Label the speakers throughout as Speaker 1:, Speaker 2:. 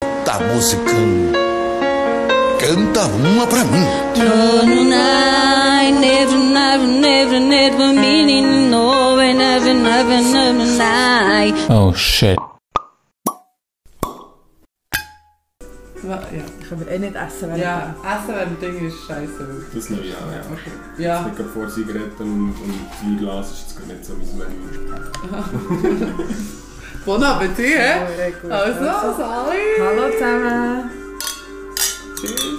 Speaker 1: Tá, musicão. Canta uma pra mim.
Speaker 2: never, never, never, never meaning no, never, never, never, night.
Speaker 3: Oh shit.
Speaker 4: Wa- Ja,
Speaker 5: Ich kann mir eh nicht essen, wenn
Speaker 4: ja Essen während Ding ist dus scheiße.
Speaker 6: Das noch ja, ja. Ich
Speaker 4: Ja,
Speaker 6: habe gerade vor Zigaretten und, und Weinglas ist jetzt gerade nicht so mein Menü.
Speaker 4: bon appetit,
Speaker 5: ich
Speaker 4: hä?
Speaker 5: kann. Oh, gut.
Speaker 4: Also,
Speaker 5: Also.
Speaker 4: Sally!
Speaker 5: Hallo zusammen.
Speaker 4: Tschüss!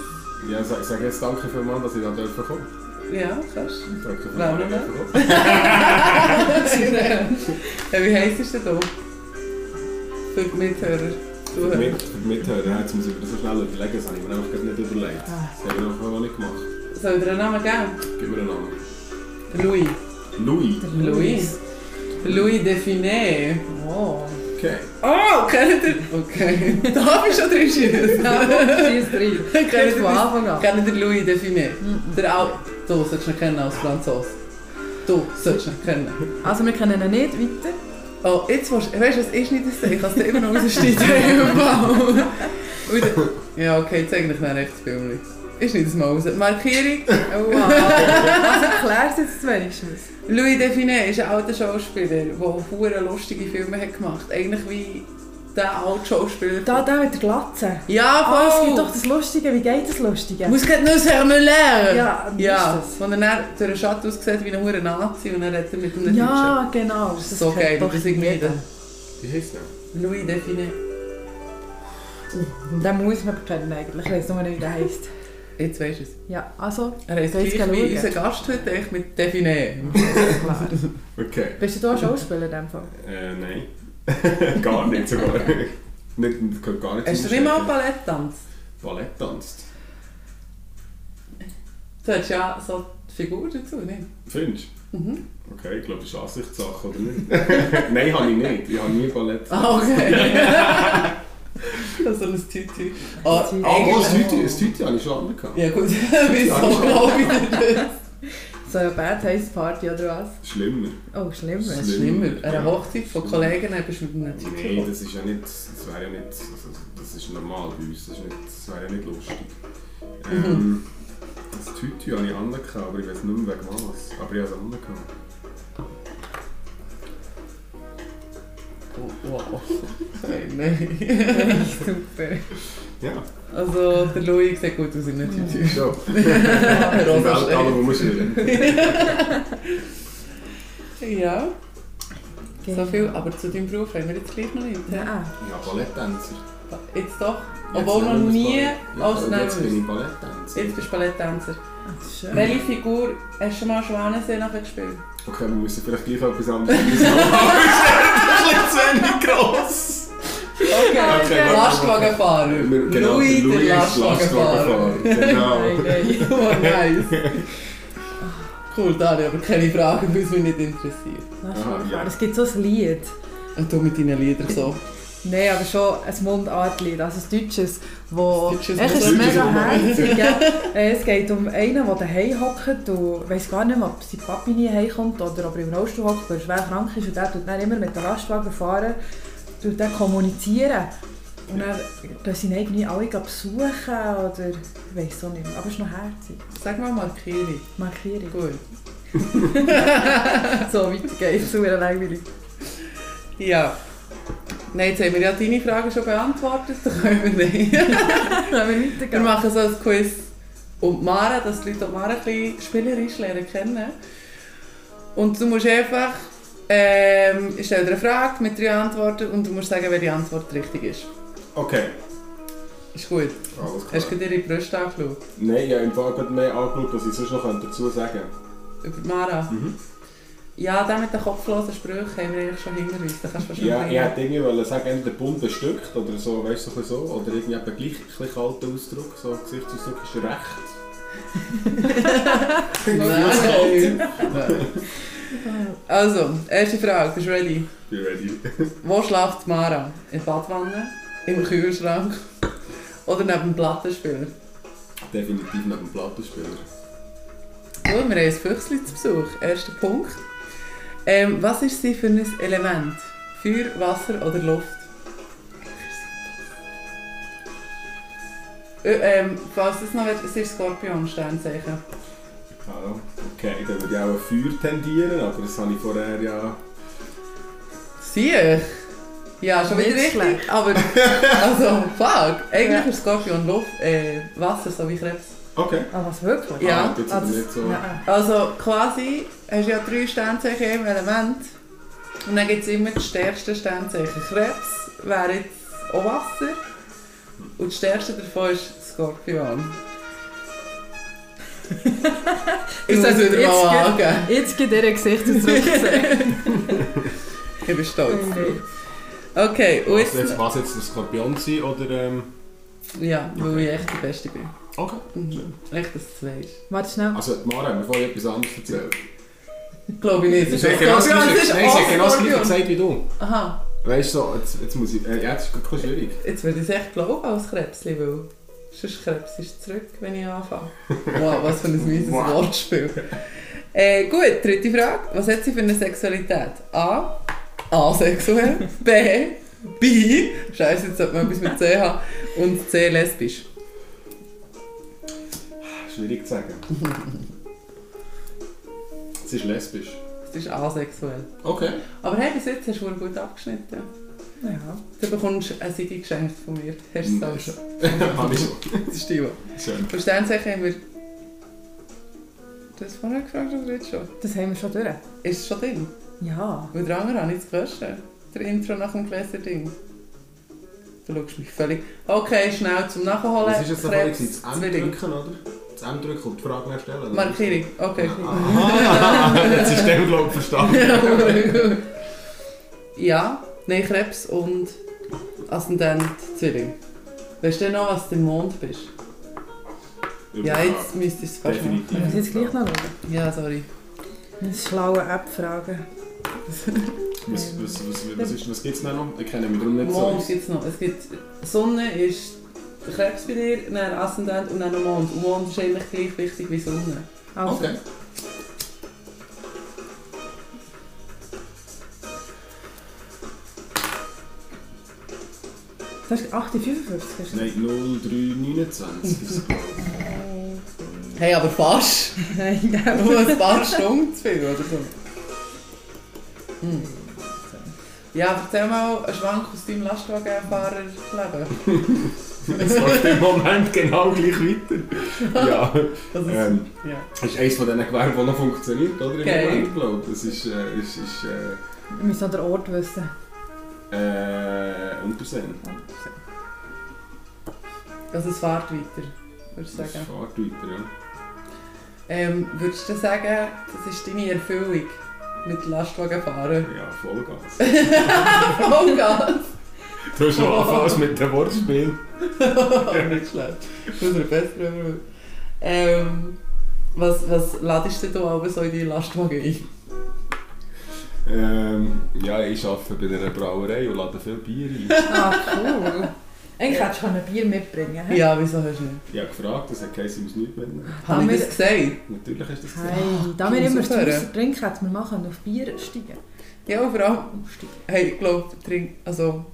Speaker 6: Ja, sag, sag jetzt danke vielmals, dass ich da dürfen komme.
Speaker 4: Ja, kannst du.
Speaker 6: Danke vielmals.
Speaker 4: Laura, ne?
Speaker 6: ne?
Speaker 4: ja, wie heisst es denn da? Für die Mithörer. Zuhörer.
Speaker 6: Mit, für die Mithörer, jetzt muss ich mir das so schnell überlegen, das habe ich mir einfach gerade nicht überlegt. Das habe ich noch noch nicht gemacht.
Speaker 4: Soll ich dir einen Namen geben?
Speaker 6: Gib mir einen Namen.
Speaker 4: Der Louis.
Speaker 6: Louis.
Speaker 4: Der Louis. Der Louis Definé.
Speaker 5: Oh.
Speaker 6: Okay.
Speaker 4: Oh, kennt ihr? Okay. Da bist du schon drin schießen.
Speaker 5: Schieß rein.
Speaker 4: Kennt
Speaker 5: Gleich
Speaker 4: ihr
Speaker 5: von
Speaker 4: das?
Speaker 5: Anfang an.
Speaker 4: Kennt ihr den Louis Definé? Der auch. Du sollst ihn kennen als Franzose. Du sollst ihn kennen.
Speaker 5: Also, wir können ihn nicht weiter.
Speaker 4: Oh, jetzt musst du. Weißt du, was ist nicht das? Ich kann es dir immer noch rausschneiden. im Fall. Und der- ja, okay, zeig dich dann echt das Bild. Ist nicht das Mal raus. Markierung.
Speaker 5: Oh, wow. also, klär's jetzt wenigstens.
Speaker 4: Louis Definet ist ein alter Schauspieler, der hure lustige Filme hat gemacht hat. Eigentlich wie der alte Schauspieler.
Speaker 5: Da, da mit der Glatze.
Speaker 4: Ja,
Speaker 5: Oh, es gibt
Speaker 4: voll!
Speaker 5: doch das Lustige. Wie geht das Lustige?
Speaker 4: Muss geht nur Herr Müller!
Speaker 5: Ja, wie
Speaker 4: ja.
Speaker 5: ist das?
Speaker 4: Wenn er dann durch den Schatten aussieht wie ein hure Nazi und dann redet er mit einem
Speaker 5: Ja, genau.
Speaker 4: Deutschen. So
Speaker 5: kennt
Speaker 4: geil,
Speaker 5: doch
Speaker 4: das irgendwie
Speaker 5: jeder.
Speaker 6: Wie heisst der?
Speaker 4: Louis Definet.
Speaker 5: Den muss man kennen eigentlich. Ich weiß nur nicht, wie der heisst.
Speaker 4: Jetzt weisst du es.
Speaker 5: Ja, also,
Speaker 4: Er heisst
Speaker 5: Soll ich
Speaker 4: gleich wie
Speaker 5: schauen?
Speaker 4: unser Gast heute, echt mit Definet.
Speaker 5: klar.
Speaker 6: Okay.
Speaker 5: Bist du da Schauspieler in dem Fall?
Speaker 6: Äh, nein. gar nicht sogar. nicht, gehört gar nicht
Speaker 4: Hast du nicht mal Ballett getanzt?
Speaker 6: Ballett tanzt?
Speaker 4: Du hast ja so die Figur dazu, nicht?
Speaker 6: Findest
Speaker 4: Mhm.
Speaker 6: du? Okay, ich glaube, das ist Ansichtssache, oder nicht? nein, habe ich nicht. Ich habe nie Ballett
Speaker 4: Ah, okay. das ist so ein Tütü. Oh,
Speaker 5: Tütü.
Speaker 4: eigentlich-
Speaker 6: Oh, das Tüte, das Tüte habe ich schon angehabt.
Speaker 4: Ja gut, wieso glaube ich dir das?
Speaker 5: So eine Bad Taste Party oder was?
Speaker 6: Schlimmer.
Speaker 5: Oh, schlimmer.
Speaker 4: Das ist schlimmer. An einer Hochzeit von Kollegen bist du mit einem
Speaker 6: Nein,
Speaker 4: Typen.
Speaker 6: Also, das ist ja nicht, das wäre ja nicht, also, das ist normal bei uns, das, ist nicht, das wäre ja nicht lustig.
Speaker 4: Mhm.
Speaker 6: Ähm, das Tütü habe ich angehabt, aber ich weiß nicht mehr wegen was. Aber ich habe es angehabt.
Speaker 4: Oh, wow. Nein, nein.
Speaker 5: Super.
Speaker 6: Ja,
Speaker 4: Also der Louis sieht gut aus in einem Typen.
Speaker 6: so. Die
Speaker 4: Rosa
Speaker 6: Welt, alle, wo man schirren.
Speaker 4: Schleif. Ja, so
Speaker 5: Genau.
Speaker 4: viel. Aber zu deinem Beruf haben wir jetzt gleich noch nicht. hä?
Speaker 5: Ja.
Speaker 6: Ja, Balletttänzer.
Speaker 4: Jetzt doch.
Speaker 6: Jetzt
Speaker 4: Obwohl noch
Speaker 6: nehmen wir es
Speaker 4: nie
Speaker 6: Ballett. Ja,
Speaker 4: als
Speaker 6: Jetzt bin
Speaker 4: Nervous.
Speaker 6: ich Balletttänzer.
Speaker 4: Jetzt bist du
Speaker 5: Das
Speaker 4: Balletttänzer.
Speaker 5: ist Ah, schön.
Speaker 4: Welche Figur hast du schon mal Schwanensee nachher gespielt?
Speaker 6: Okay, wir müssen vielleicht gleich etwas anderes machen. Aber es ist ein bisschen zu wenig gross.
Speaker 4: Okay,
Speaker 6: Okay,
Speaker 4: Lastwagenfahrer.
Speaker 6: Wir- Genau,
Speaker 4: Louis, der Lastwagenfahrer.
Speaker 6: Lastwagenfahrer. Genau.
Speaker 4: Oh, nice. Cool, Daria, aber keine Fragen, weil es mich nicht interessiert.
Speaker 5: Lass
Speaker 6: Aha,
Speaker 5: mal
Speaker 6: ja.
Speaker 5: fahren. Es gibt so ein Lied.
Speaker 4: Und du mit deinen Liedern so.
Speaker 5: Nein, aber schon ein Mundartlied, also ein deutsches, wo...
Speaker 4: Ein deutsches
Speaker 5: es ist
Speaker 4: Mundartlied.
Speaker 5: mega herzig, gell? Äh, Es geht um einen, der daheim hockt und ich weiss gar nicht mehr, ob sein Papi nie heimkommt oder ob er im Rollstuhl hockt, weil er schwer krank ist und der tut dann immer mit dem Lastwagen fahren und dann kommunizieren. Und dann gehen sie ihn irgendwie alle besuchen oder... Ich weiss auch nicht mehr, aber es ist noch herzig.
Speaker 4: Sag mal Markeli.
Speaker 5: Markierung.
Speaker 4: Gut.
Speaker 5: So, weiter geht's, super langweilig.
Speaker 4: Ja. Nein, jetzt haben wir ja deine Fragen schon beantwortet, dann können wir nicht.
Speaker 5: Können wir
Speaker 4: Wir
Speaker 5: weitergehen?
Speaker 4: machen so ein Quiz um die Mara, dass die Leute auch die Mara ein bisschen spielerisch lernen kennen. Und du musst einfach, ähm, ich stelle dir eine Frage mit drei Antworten und du musst sagen, welche Antwort richtig ist.
Speaker 6: Okay,
Speaker 4: Ist gut.
Speaker 6: alles klar.
Speaker 4: Hast du dir die Brüste angeschaut?
Speaker 6: Nein, ich habe im Fall gerade mehr angeschaut, was ich sonst noch dazu sagen könnte.
Speaker 4: Über die Mara?
Speaker 6: Mhm.
Speaker 4: Ja, den mit den kopflosen Sprüchen haben wir eigentlich schon hinter uns. Da kannst du wahrscheinlich
Speaker 6: Ja, ich hätte irgendwie wollen sagen, entweder bunt bestückt oder so, weißt du, so, ein bisschen so. oder irgendwie eben gleich ein bisschen alter Ausdruck, so Gesichtsausdruck ist recht.
Speaker 4: Nein. Nein. Also, erste Frage, bist du ready?
Speaker 6: Bin ready.
Speaker 4: Wo schläft die Mara? In der Badwanne? Im Kühlschrank? Oder neben dem Plattenspieler?
Speaker 6: Definitiv neben dem Plattenspieler.
Speaker 4: Gut, Oh, wir haben ein Füchsli zu Besuch. Erster Punkt. Ähm, was ist sie für ein Element? Feuer, Wasser oder Luft? Äh, ähm, falls das noch wird, es ist Skorpion, Sternzeichen.
Speaker 6: Ah, okay, dann würde ich auch ein Feuer tendieren, aber das habe ich vorher ja...
Speaker 4: Sieh! Ja, schon wieder
Speaker 5: Nicht
Speaker 4: richtig,
Speaker 5: schlecht.
Speaker 4: aber... Also, fuck! Eigentlich ist Skorpion Luft, äh, Wasser, so wie Krebs.
Speaker 6: Okay.
Speaker 5: Ah, was wirklich?
Speaker 4: Ja.
Speaker 6: Ah, jetzt
Speaker 5: Ah,
Speaker 6: aber
Speaker 5: das-
Speaker 6: nicht so...
Speaker 5: Nein.
Speaker 4: Also quasi hast du ja drei Sternzeichen im Element. Und dann gibt es immer das stärkste Sternzeichen. Krebs wäre jetzt auch Wasser. Und das stärkste davon ist Skorpion. ich muss es
Speaker 5: sollte
Speaker 4: wieder mal
Speaker 5: jetzt
Speaker 4: angeben.
Speaker 5: Jetzt geht ihr Gesichtsausdruck sehen.
Speaker 4: Ich bin stolz. Okay, und
Speaker 6: Was
Speaker 4: jetzt...
Speaker 6: jetzt, was jetzt der Skorpion sein oder... Ähm,
Speaker 4: Ja, weil ich echt die Beste bin.
Speaker 6: okay.
Speaker 4: Mhm. Echt, dass du es weisst.
Speaker 5: Warte schnell.
Speaker 6: Also die Mara hat mir vorher etwas anderes erzählt.
Speaker 4: Glaube ich nicht. Es
Speaker 6: Sie hat
Speaker 4: ist
Speaker 6: genau das
Speaker 4: Skorpion,
Speaker 6: Gleiche-
Speaker 4: es ist
Speaker 6: Nein, sie hat genau
Speaker 4: auch
Speaker 6: das gleiche
Speaker 4: Skorpion.
Speaker 6: gesagt wie du.
Speaker 4: Aha,
Speaker 6: Weißt du, so, jetzt, jetzt muss ich... Äh, ja, das ist gerade schwierig.
Speaker 4: jetzt würde ich es echt glauben als Krebsli, weil sonst Krebs ist zurück, wenn ich anfange. Wow, was für ein mieses
Speaker 6: Wow.
Speaker 4: Wortspiel. Äh, gut, dritte Frage. Was hat sie für eine Sexualität? A. Asexuell. B. Bi. Scheiße, jetzt sollte man etwas mit C haben. Und C. Lesbisch.
Speaker 6: Schwierig zu sagen. Es ist lesbisch.
Speaker 4: Das ist asexuell.
Speaker 6: Okay.
Speaker 4: Aber hey, bis jetzt hast du wohl gut abgeschnitten.
Speaker 5: Ja.
Speaker 4: Du bekommst ein Siege geschenkt von mir. Hast du es also.
Speaker 6: Habe ich schon.
Speaker 4: Das ist die Wahl.
Speaker 6: Schön.
Speaker 4: Für Sternzeichen haben wir... Du hast vorher gefragt, oder jetzt schon?
Speaker 5: Das haben wir schon durch.
Speaker 4: Ist es schon drin?
Speaker 5: Ja.
Speaker 4: Weil der andere hat nichts gehört. Der Intro nach dem Gläserding. Du schaust mich völlig... Okay, schnell zum Nachholen.
Speaker 6: Was ist jetzt noch vorhin?
Speaker 4: Krebs,
Speaker 6: gewesen? Das M
Speaker 4: Zwilling.
Speaker 6: drücken, oder? Das M drücken und die Frage mehr stellen. oder? Ah.
Speaker 4: Markierung. Okay.
Speaker 6: Aha, jetzt ist der glaube ich verstanden.
Speaker 4: ja, nein, Krebs und Aszendent Zwilling. Weißt du noch, was du im Mond bist? Ja, jetzt müsstest du es fast machen.
Speaker 5: Ich muss jetzt
Speaker 6: Definitiv.
Speaker 5: gleich noch schauen.
Speaker 4: Ja, sorry.
Speaker 5: Das ist schlaue App-Fragen.
Speaker 6: Was, was, was, was, ist, was gibt's denn noch? Ich kenne mich darum nicht so.
Speaker 4: Mond gibt es noch. Es gibt Sonne ist der Krebs bei dir, dann Aszendent und dann noch Mond. Und Mond ist eigentlich gleich wichtig wie Sonne.
Speaker 5: Also,
Speaker 6: Okay.
Speaker 5: das ist 855, hast du
Speaker 6: Nein, 0329 ist es, glaub ich.
Speaker 4: Hey, aber fast.
Speaker 5: Nein,
Speaker 4: Nur ein paar Stunden zu viel oder so. Hm. Ja, erzähl mal einen Schwank aus deinem Lastwagenfahrerleben.
Speaker 6: Es läuft im Moment genau gleich weiter. Ja.
Speaker 4: Das ist,
Speaker 6: Ähm,
Speaker 4: ja.
Speaker 6: Das ist eines von diesen Gewerben, das noch funktioniert, oder? Im
Speaker 4: Geil.
Speaker 6: Moment, glaube ich. Das ist, äh, ist, ist äh,
Speaker 5: Wir müssen noch den Ort wissen.
Speaker 6: äh, Untersehen.
Speaker 4: Also es fährt weiter, würdest du
Speaker 6: Das ist
Speaker 4: sagen.
Speaker 6: Fahrtweiter, ja.
Speaker 4: Ähm, würdest du sagen, das ist deine Erfüllung mit Lastwagenfahren?
Speaker 6: Ja, Vollgas.
Speaker 4: Oh Gott!
Speaker 6: Du hast schon anfangs mit dem Wortspiel.
Speaker 4: Nicht schlecht. Ich muss mir besser überlegen. Ähm, was, was ladest du da aber so in deinen Lastwagen ein?
Speaker 6: Ähm, ja, ich arbeite bei einer Brauerei und lade viel Bier ein.
Speaker 5: Ah, cool. Eigentlich hättest du ein Bier mitbringen können.
Speaker 4: Ja, wieso hast du nicht?
Speaker 6: Ich habe gefragt, das hat geheißen, ich muss nichts mitnehmen.
Speaker 4: Habe ich
Speaker 5: wir-
Speaker 4: das gesagt?
Speaker 6: Natürlich hast du das gesagt.
Speaker 5: Hey, da
Speaker 4: Kann
Speaker 5: wir
Speaker 4: man
Speaker 5: immer
Speaker 4: so
Speaker 5: zu
Speaker 4: hören?
Speaker 5: Wasser trinken, hätten wir machen auf Bier steigen.
Speaker 4: Ja, und vor allem,
Speaker 5: Umsteigen.
Speaker 4: Hey, ich glaube, trink, also,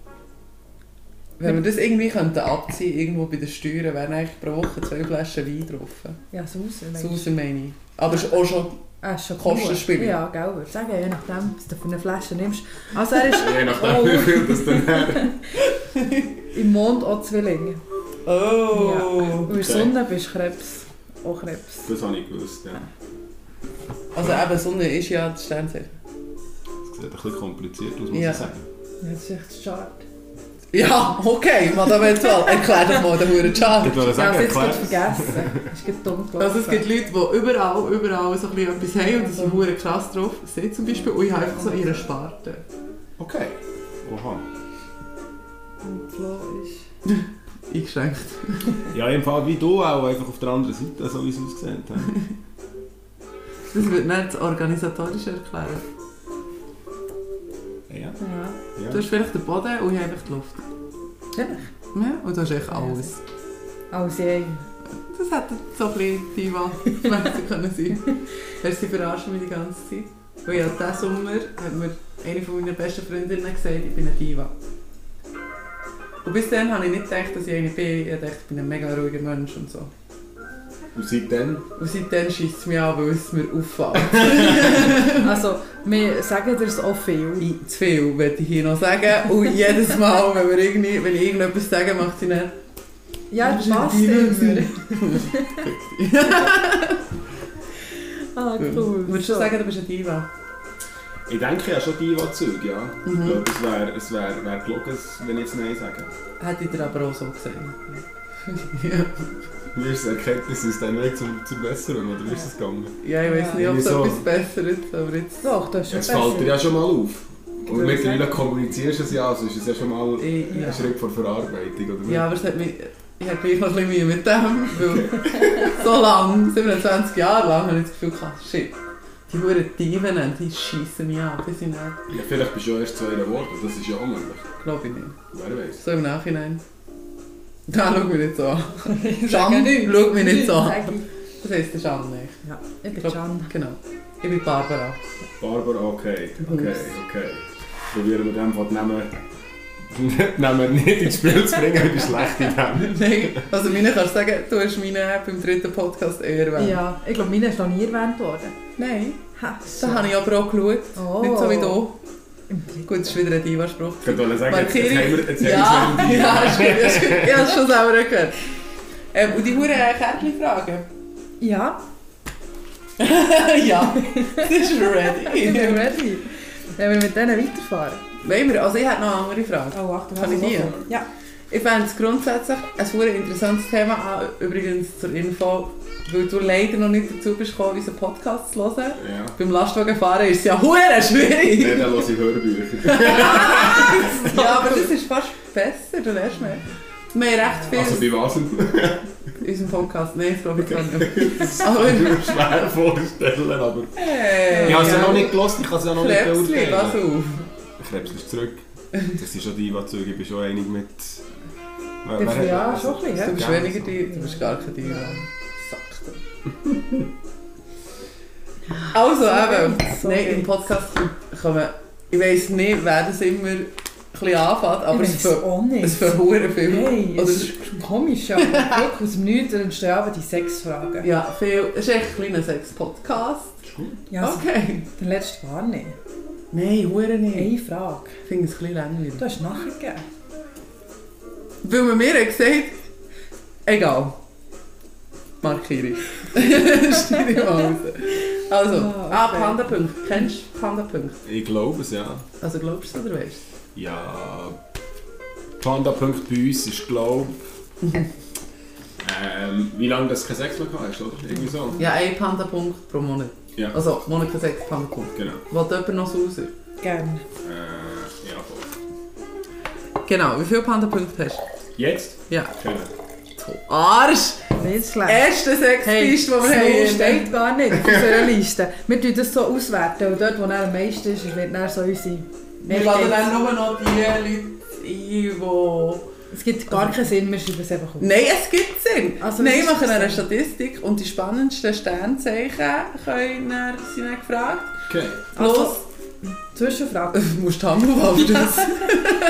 Speaker 4: wenn wir das irgendwie könnten abziehen irgendwo bei den Steuern, wären eigentlich pro Woche zwei Flaschen Wein drauf.
Speaker 5: Ja, Sauce. meinst du?
Speaker 4: Sauce meine ich. Aber es ist auch schon...
Speaker 5: Ah, ist schon cool.
Speaker 4: Kostenspiel.
Speaker 5: Ja, gell, würde ich sagen, je nachdem, was du für eine Flasche nimmst. Also er ist
Speaker 6: Je nachdem, wie viel das dann her.
Speaker 5: im Mond auch Zwillinge.
Speaker 4: Oh!
Speaker 5: Und in der
Speaker 6: Okay.
Speaker 5: Sonne bist du Krebs. Auch Krebs.
Speaker 6: Das habe ich gewusst, ja.
Speaker 4: Also eben, Sonne ist ja das Sternzeichen.
Speaker 6: Das sieht ein bisschen kompliziert aus, muss
Speaker 4: Ja.
Speaker 6: ich sagen.
Speaker 5: Ja, das ist echt schade.
Speaker 4: Ja, okay, Madame Etoile, erklär doch mal den huren
Speaker 6: Ich
Speaker 4: Chart.
Speaker 6: würde
Speaker 5: Ich habe
Speaker 6: sagen,
Speaker 5: es jetzt
Speaker 6: erklär
Speaker 5: gerade
Speaker 6: es.
Speaker 5: vergessen. Ist gerade dumm gelaufen.
Speaker 4: Also es gibt Leute, die überall, überall so ein bisschen etwas haben und die sind hure krass drauf. Sie zum Beispiel, und ich habe einfach so ihre Sparte.
Speaker 6: Okay. Oha.
Speaker 4: Und so ist... Eingeschränkt.
Speaker 6: Ja, im Fall wie du auch, einfach auf der anderen Seite, so wie es ausgesehen hat.
Speaker 4: Das wird nicht das Organisatorische erklären.
Speaker 6: Ja,
Speaker 5: Ja.
Speaker 6: ja.
Speaker 4: Du hast vielleicht den Boden und ich habe einfach die Luft.
Speaker 5: Natürlich.
Speaker 4: Ja, und du hast echt alles.
Speaker 5: Alles in einem.
Speaker 4: Das hätte so ein bisschen Diva-mässig können sein. Hast sie verarscht mich die ganze Zeit. Weil ja, diesen Sommer hat mir eine von meiner besten Freundinnen gesagt, ich bin eine Diva. Und bis dann habe ich nicht gedacht, dass ich eine bin. Ich dachte, ich bin ein mega ruhiger Mensch und so.
Speaker 6: Und seitdem?
Speaker 4: Und seitdem schießt es mich an, weil es mir auffällt.
Speaker 5: Also, wir sagen dir es auch viel.
Speaker 4: Zu viel, würde ich hier noch sagen. Und jedes Mal, wenn, wir irgendwie, wenn ich irgendetwas sage, macht sie dann...
Speaker 5: Ja, das
Speaker 4: ist
Speaker 5: passt
Speaker 4: die
Speaker 5: immer.
Speaker 4: Lüge.
Speaker 5: Ah, cool.
Speaker 4: Würdest du sagen, du bist eine Diva?
Speaker 6: Ich denke ja schon die, die Züge, ja. Ich glaube, es wäre es wär, wär gelogen, wenn ich jetzt Nein sage.
Speaker 4: Hätte ich dir aber auch so gesehen.
Speaker 6: Wie ist das Erkenntnis aus dem Weg zum, zum Besseren, oder wie ist es gegangen?
Speaker 4: Ja, ich weiß
Speaker 5: Ja.
Speaker 4: nicht, ob es
Speaker 6: Wieso?
Speaker 4: etwas besser ist, aber jetzt...
Speaker 5: Doch, das ist
Speaker 6: Jetzt
Speaker 5: schon
Speaker 6: fällt dir
Speaker 5: besser.
Speaker 6: ja schon mal auf. Und
Speaker 5: würde
Speaker 6: mittlerweile
Speaker 5: sagen-
Speaker 6: kommunizierst du es ja, also ist es ja schon mal ein
Speaker 4: Ich, ja.
Speaker 6: Schritt vor Verarbeitung, oder
Speaker 4: Ja, aber es hat mich, ich habe gleich noch ein bisschen Mühe mit dem, weil so lang, 27 Jahre lang, habe ich das Gefühl gehabt, typ shit, die verdammten Diven, die schiessen mich an, bis ich dann,
Speaker 6: Ja, vielleicht bist du ja erst zu einer geworden, das ist ja auch möglich.
Speaker 4: glaube ich nicht.
Speaker 6: Wer weiß.
Speaker 4: So im Nachhinein. Da schau mich nicht so an.
Speaker 5: sage
Speaker 4: Schande, schau mich nicht so an.
Speaker 5: Sag ich.
Speaker 4: Das heisst der Schande nicht.
Speaker 5: Ja, ich bin
Speaker 4: glaub-
Speaker 5: Can.
Speaker 4: Genau. Ich bin Barbara.
Speaker 6: Barbara, okay, okay,
Speaker 4: Mhm.
Speaker 6: okay. Probieren wir dem Fall die Namen, die Namen nicht ins Spiel zu bringen, du bist schlecht in dem.
Speaker 4: Nein, also meine kannst du sagen, du hast meine beim dritten Podcast eher erwähnt.
Speaker 5: Ja, ich glaube, meine ist noch nie erwähnt worden.
Speaker 4: Nein,
Speaker 5: Ha,
Speaker 4: da habe ich aber auch geschaut.
Speaker 5: Oh.
Speaker 4: Nicht so wie du. Gut, das ist wieder ein Diva-Spruch.
Speaker 6: Ich könnte sagen, jetzt, jetzt
Speaker 4: Markierung.
Speaker 6: haben wir, jetzt
Speaker 4: Ja,
Speaker 6: haben wir
Speaker 4: ja, ist gut, ist gut. Ich habe es schon selber gehört. Ähm, und die hure Kärtchenfrage.
Speaker 5: Ja,
Speaker 4: ja, das ist
Speaker 5: ich bin
Speaker 4: ready.
Speaker 5: ready. Wenn wir mit denen weiterfahren.
Speaker 4: Wollen wir, also ich hätte noch eine andere Frage.
Speaker 5: Oh, Achtung,
Speaker 4: Kann ich
Speaker 5: also
Speaker 4: die?
Speaker 5: sofort. Ja.
Speaker 4: Ich fände es grundsätzlich ein hure interessantes Thema an, übrigens zur Info, weil du leider noch nicht dazu bist gekommen, unseren Podcast zu hören.
Speaker 6: Ja.
Speaker 4: Beim Lastwagenfahren ist es ja hure schwierig.
Speaker 6: Nein, dann höre ich Hörbücher.
Speaker 4: ja, aber das ist fast besser, du lernst mehr. Wir haben recht viel
Speaker 6: Also bei was?
Speaker 4: in unserem Podcast. Nein, ich glaube, ich kann nicht.
Speaker 6: Das kann ich mir schwer vorstellen, aber...
Speaker 4: Oh, Hey,
Speaker 6: Ich habe es ja noch nicht gelesen, ich kann es ja noch nicht
Speaker 4: Klebsli, pass auf.
Speaker 6: Krebs ist zurück. Das ist schon die Diva-Züge, ich bin schon einig mit... Wer-
Speaker 5: Das-
Speaker 6: wer
Speaker 5: ja,
Speaker 6: hat-
Speaker 5: schon ein bisschen, ja.
Speaker 4: Du bist
Speaker 6: Ja,
Speaker 4: weniger
Speaker 6: so.
Speaker 4: die, du bist gar kein Tier. Sack. Also, eben,
Speaker 5: sorry.
Speaker 4: nein, im Podcast kommen, ich weiss nicht, wer das immer ein bisschen anfängt, aber
Speaker 5: ich
Speaker 4: es
Speaker 5: weiss
Speaker 4: ver-
Speaker 5: auch nicht.
Speaker 4: es verhuren viel.
Speaker 5: Hey,
Speaker 4: Oder
Speaker 5: es
Speaker 4: es-
Speaker 5: ist komisch, aber wirklich aus dem Nichts entstehen aber die Sexfragen.
Speaker 4: ja, viel. Es ist echt ein kleiner Sex-Podcast.
Speaker 6: Ist gut.
Speaker 5: Ja, also,
Speaker 4: okay.
Speaker 5: der letzte war nicht.
Speaker 4: Nein, hure nicht.
Speaker 5: Eine Frage.
Speaker 4: Ich finde es ein bisschen langweilig.
Speaker 5: Du hast nachgegeben.
Speaker 4: Weil man mir hat gesagt egal. Markiere ich. Schneide ich mal raus. Also,
Speaker 5: Ah, okay.
Speaker 4: ah, Panda-Punkt. Kennst du Panda-Punkt?
Speaker 6: Ich glaube es, ja.
Speaker 4: Also glaubst du es oder weißt du
Speaker 6: Ja. Panda-Punkt bei uns ist, glaube ähm, wie lange das kein Sex mehr gehabt hast, oder? Irgendwie so.
Speaker 4: es? Ja, ein Panda-Punkt pro Monat.
Speaker 6: Ja.
Speaker 4: Also, Monika sagt Panda-Punkt.
Speaker 6: Genau.
Speaker 4: Will jemand noch so raus?
Speaker 5: Gerne.
Speaker 6: Äh, ja, voll.
Speaker 4: Genau, wie viele Panda-Punkte hast du?
Speaker 6: Jetzt?
Speaker 4: Ja.
Speaker 6: Können.
Speaker 4: Du Arsch!
Speaker 5: Nicht schlecht.
Speaker 4: Erste sechs Tisch, die wir
Speaker 5: Hey,
Speaker 4: haben.
Speaker 5: so steht gar nicht auf unserer Liste. Wir tun das so auswerten und dort, wo er am meisten ist, wird dann so unsere...
Speaker 4: Wir laden dann nur noch die eh, Leute ein, die...
Speaker 5: Es gibt gar keinen Sinn, wir schreiben es einfach auf.
Speaker 4: Nein, es gibt Sinn.
Speaker 5: Also,
Speaker 4: Nein, wir
Speaker 5: was ist
Speaker 4: machen
Speaker 5: das
Speaker 4: eine
Speaker 5: denn?
Speaker 4: Statistik und die spannendsten Sternzeichen können dann, sind dann gefragt.
Speaker 6: Okay.
Speaker 4: Plus,
Speaker 5: Also- Zwischenfrage.
Speaker 4: du musst die Hand aufhalten.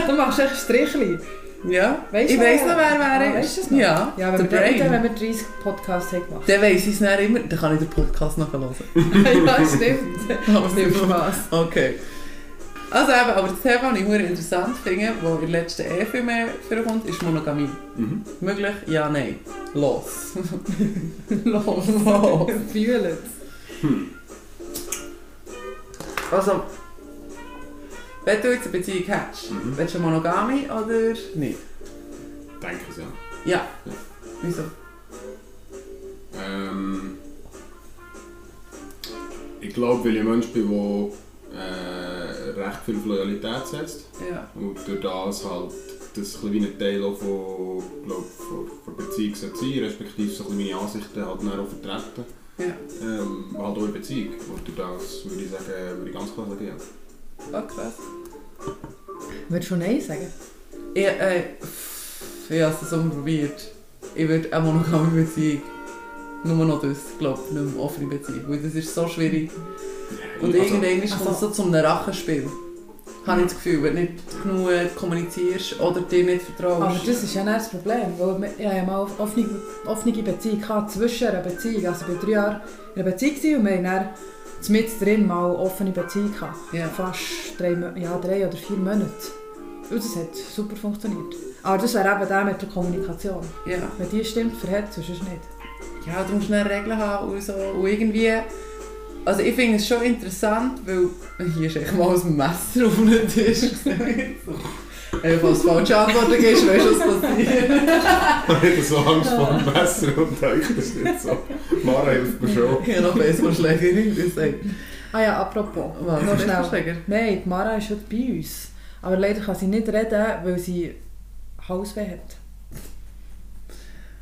Speaker 5: Du machst echt Strichli.
Speaker 4: ja.
Speaker 5: Weißt
Speaker 4: ich
Speaker 5: du,
Speaker 4: weiss
Speaker 5: wer-
Speaker 4: noch, wer wer
Speaker 5: Ah,
Speaker 4: ist.
Speaker 5: weisst du es noch?
Speaker 4: Ja,
Speaker 5: Ja,
Speaker 4: der
Speaker 5: wenn wir,
Speaker 4: Brain.
Speaker 5: dann, wenn wir 30 Podcasts haben gemacht
Speaker 4: Dann weiss ich es dann immer, dann kann ich den Podcast nachher hören.
Speaker 5: haben. ja, stimmt.
Speaker 4: Aber es
Speaker 5: Viel
Speaker 4: nimmt Spaß.
Speaker 5: Spaß.
Speaker 4: Okay. Also eben, aber das Thema, das ich sehr interessant finde, das in der letzten eh viel mehr vorkommt, ist Monogamie.
Speaker 6: Mhm.
Speaker 4: Möglich? Ja, nein. Los. Oh,
Speaker 5: Los.
Speaker 4: Los.
Speaker 5: Fühl es.
Speaker 6: Hm,
Speaker 4: Also, wenn du jetzt eine Beziehung hast,
Speaker 6: Mhm.
Speaker 4: willst du eine Monogamie oder nicht?
Speaker 6: Denke es, ja.
Speaker 4: Ja.
Speaker 6: Ja.
Speaker 4: Wieso?
Speaker 6: Ähm, ich glaube, weil ich ein Mensch bin, der äh, recht viel auf Loyalität setzt.
Speaker 4: Ja.
Speaker 6: Und durch das halt das ein kleiner Teil auch von, glaub, von, von Beziehung sollte sein, respektive so ein bisschen meine Ansichten halt dann auch vertreten.
Speaker 4: Ja.
Speaker 6: Ähm, halt auch in Beziehung. Und durch das würde ich sagen, würde ich ganz klar sagen, ja.
Speaker 4: Oh, krass.
Speaker 5: Würdest du Nein sagen?
Speaker 4: Ich, äh, pff, ich habe es so probiert. Ich würde eine monogame Beziehung nur noch das, glaube ich, nicht mehr offene Beziehung. Weil das ist so schwierig. Und
Speaker 6: Also,
Speaker 4: irgendwann kommt es so zu einem Rachenspiel. Habe ich das Gefühl, wenn du nicht genug kommunizierst oder dir nicht vertraust.
Speaker 5: Aber das ist ja nicht das Problem, weil wir- ich habe ja mal eine offene, offene Beziehung gehabt, zwischen einer Beziehung. Also ich war drei Jahre in einer Beziehung gewesen und wir haben dann mit drin mal eine offene Beziehung gehabt.
Speaker 4: Ja.
Speaker 5: Fast drei, Mo- ja, drei oder vier Monate. Und das hat super Ah, dus funktioniert. Aber das wäre eben der mit der Kommunikation.
Speaker 4: ja.
Speaker 5: Wenn die dus stimmt, verhält es sonst nicht.
Speaker 4: ja, du musst dann Regeln haben und so. Und irgendwie, also ich finde es schon interessant, weil hier ist echt mal ein Messer auf den Tisch. Ey, falls du falsche Antworten gibst, weißt du, was passiert.
Speaker 6: Ich hatte so Angst vor dem Messer und dachte, das ist nicht so. Mara hilft mir schon.
Speaker 4: Ich habe noch besser Schlägerin gesagt.
Speaker 5: Ah ja, genau. apropos.
Speaker 4: Was?
Speaker 5: Noch schnell.
Speaker 4: Schläger?
Speaker 5: Nein, die Mara ist heute bei uns. Aber leider kann sie nicht reden, weil sie Halsweh hat.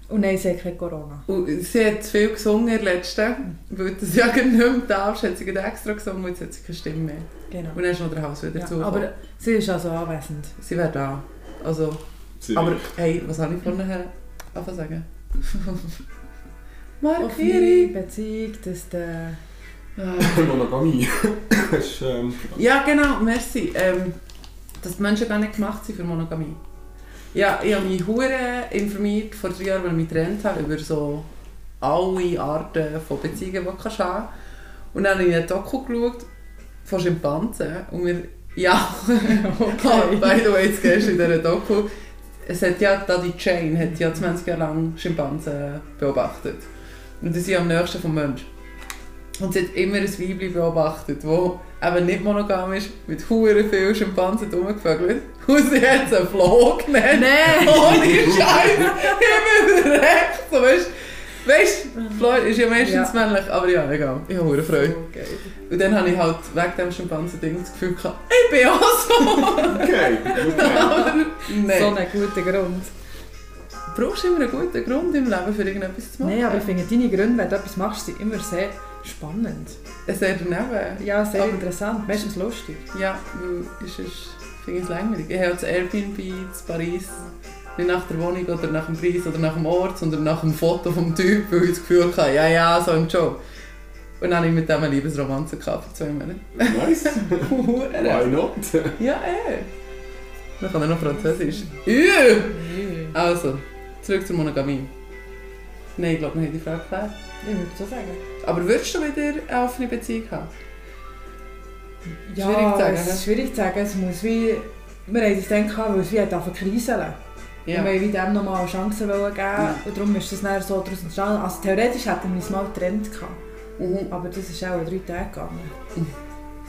Speaker 5: Und nein, sie hat keine Corona.
Speaker 4: Und sie hat zu viel gesungen in der letzten, weil du das ja gerade nicht mehr darfst, hat sie gerade extra gesungen und jetzt hat sie keine Stimme mehr.
Speaker 5: Genau.
Speaker 4: Und dann ist noch der Haus wieder
Speaker 5: Ja,
Speaker 4: zu.
Speaker 5: aber sie ist also anwesend.
Speaker 4: sie wäre da. Also, aber hey, was habe ich vorhin anfangen sagen?
Speaker 5: Offene
Speaker 4: Markiri!
Speaker 5: Beziehung, dass der...
Speaker 6: Monogamie. Das ist, ähm,
Speaker 4: Ja, genau, merci. Ähm, dass die Menschen gar nicht gemacht sind für Monogamie. Ja, ich habe mich hure informiert vor drei Jahren, als ich mich getrennt habe, über so alle Arten von Beziehungen, die du kannst haben Und dann habe ich ein Doku geschaut von Schimpansen und wir... Ja, okay. by the way, jetzt gehst du in dieser Doku. Es hat ja, Daddy Jane hat ja 20 Jahre lang Schimpansen beobachtet. Und die sind am nächsten vom Mensch. Und sie hat immer ein Weibchen beobachtet, das eben nicht monogam ist, mit huere viel Schimpansen rumgevögelt. Und sie hat es einen Floh genannt. Nein! Ohne Scheiß! Immer recht! So, weißt du, weißt, du, Floh ist ja meistens männlich, aber ja, egal. Ich habe huere Freude.
Speaker 5: Okay.
Speaker 4: Und dann habe ich halt wegen dem Schimpansen-Ding das Gefühl gehabt, ich bin auch so.
Speaker 6: okay. okay.
Speaker 4: Aber
Speaker 5: So
Speaker 4: Nein.
Speaker 5: einen guten Grund.
Speaker 4: Brauchst du immer einen guten Grund im Leben, für irgendetwas zu machen?
Speaker 5: Nein, aber ich finde deine Gründe, wenn du etwas machst, sind immer sehr spannend.
Speaker 4: Es ist daneben.
Speaker 5: Ja, sehr
Speaker 4: Aber-
Speaker 5: interessant. Meistens lustig.
Speaker 4: Ja, weil es ist, finde ich es langweilig. Ich habe das Airbnb in Paris nicht nach der Wohnung oder nach dem Preis oder nach dem Ort, sondern nach dem Foto vom Typ, weil ich das Gefühl hatte, ja, ja, so ein Job. Und dann habe ich mit dem eine Liebesromanze gehabt für zwei Monate.
Speaker 6: Nice.
Speaker 4: Hure.
Speaker 6: Why not?
Speaker 4: ja, ey. Dann kann er noch Französisch. Üh! Also, zurück zur Monogamie. Nein, ich glaube, wir haben die Frage geklärt.
Speaker 5: Ich würde so sagen.
Speaker 4: Aber würdest du wieder eine offene Beziehung haben?
Speaker 5: Ja,
Speaker 4: Schwierig zu sagen,
Speaker 5: Es
Speaker 4: ne?
Speaker 5: ist schwierig zu sagen. Es muss wie... Wir haben es dann gehabt, weil es wie hat angefangen zu kriseln. Und wir wollten dem nochmal eine Chance geben. Und darum ist das dann so daraus entstanden. Also theoretisch hätten wir es mal getrennt gehabt.
Speaker 4: Mhm.
Speaker 5: Aber das ist auch drei Tage gegangen.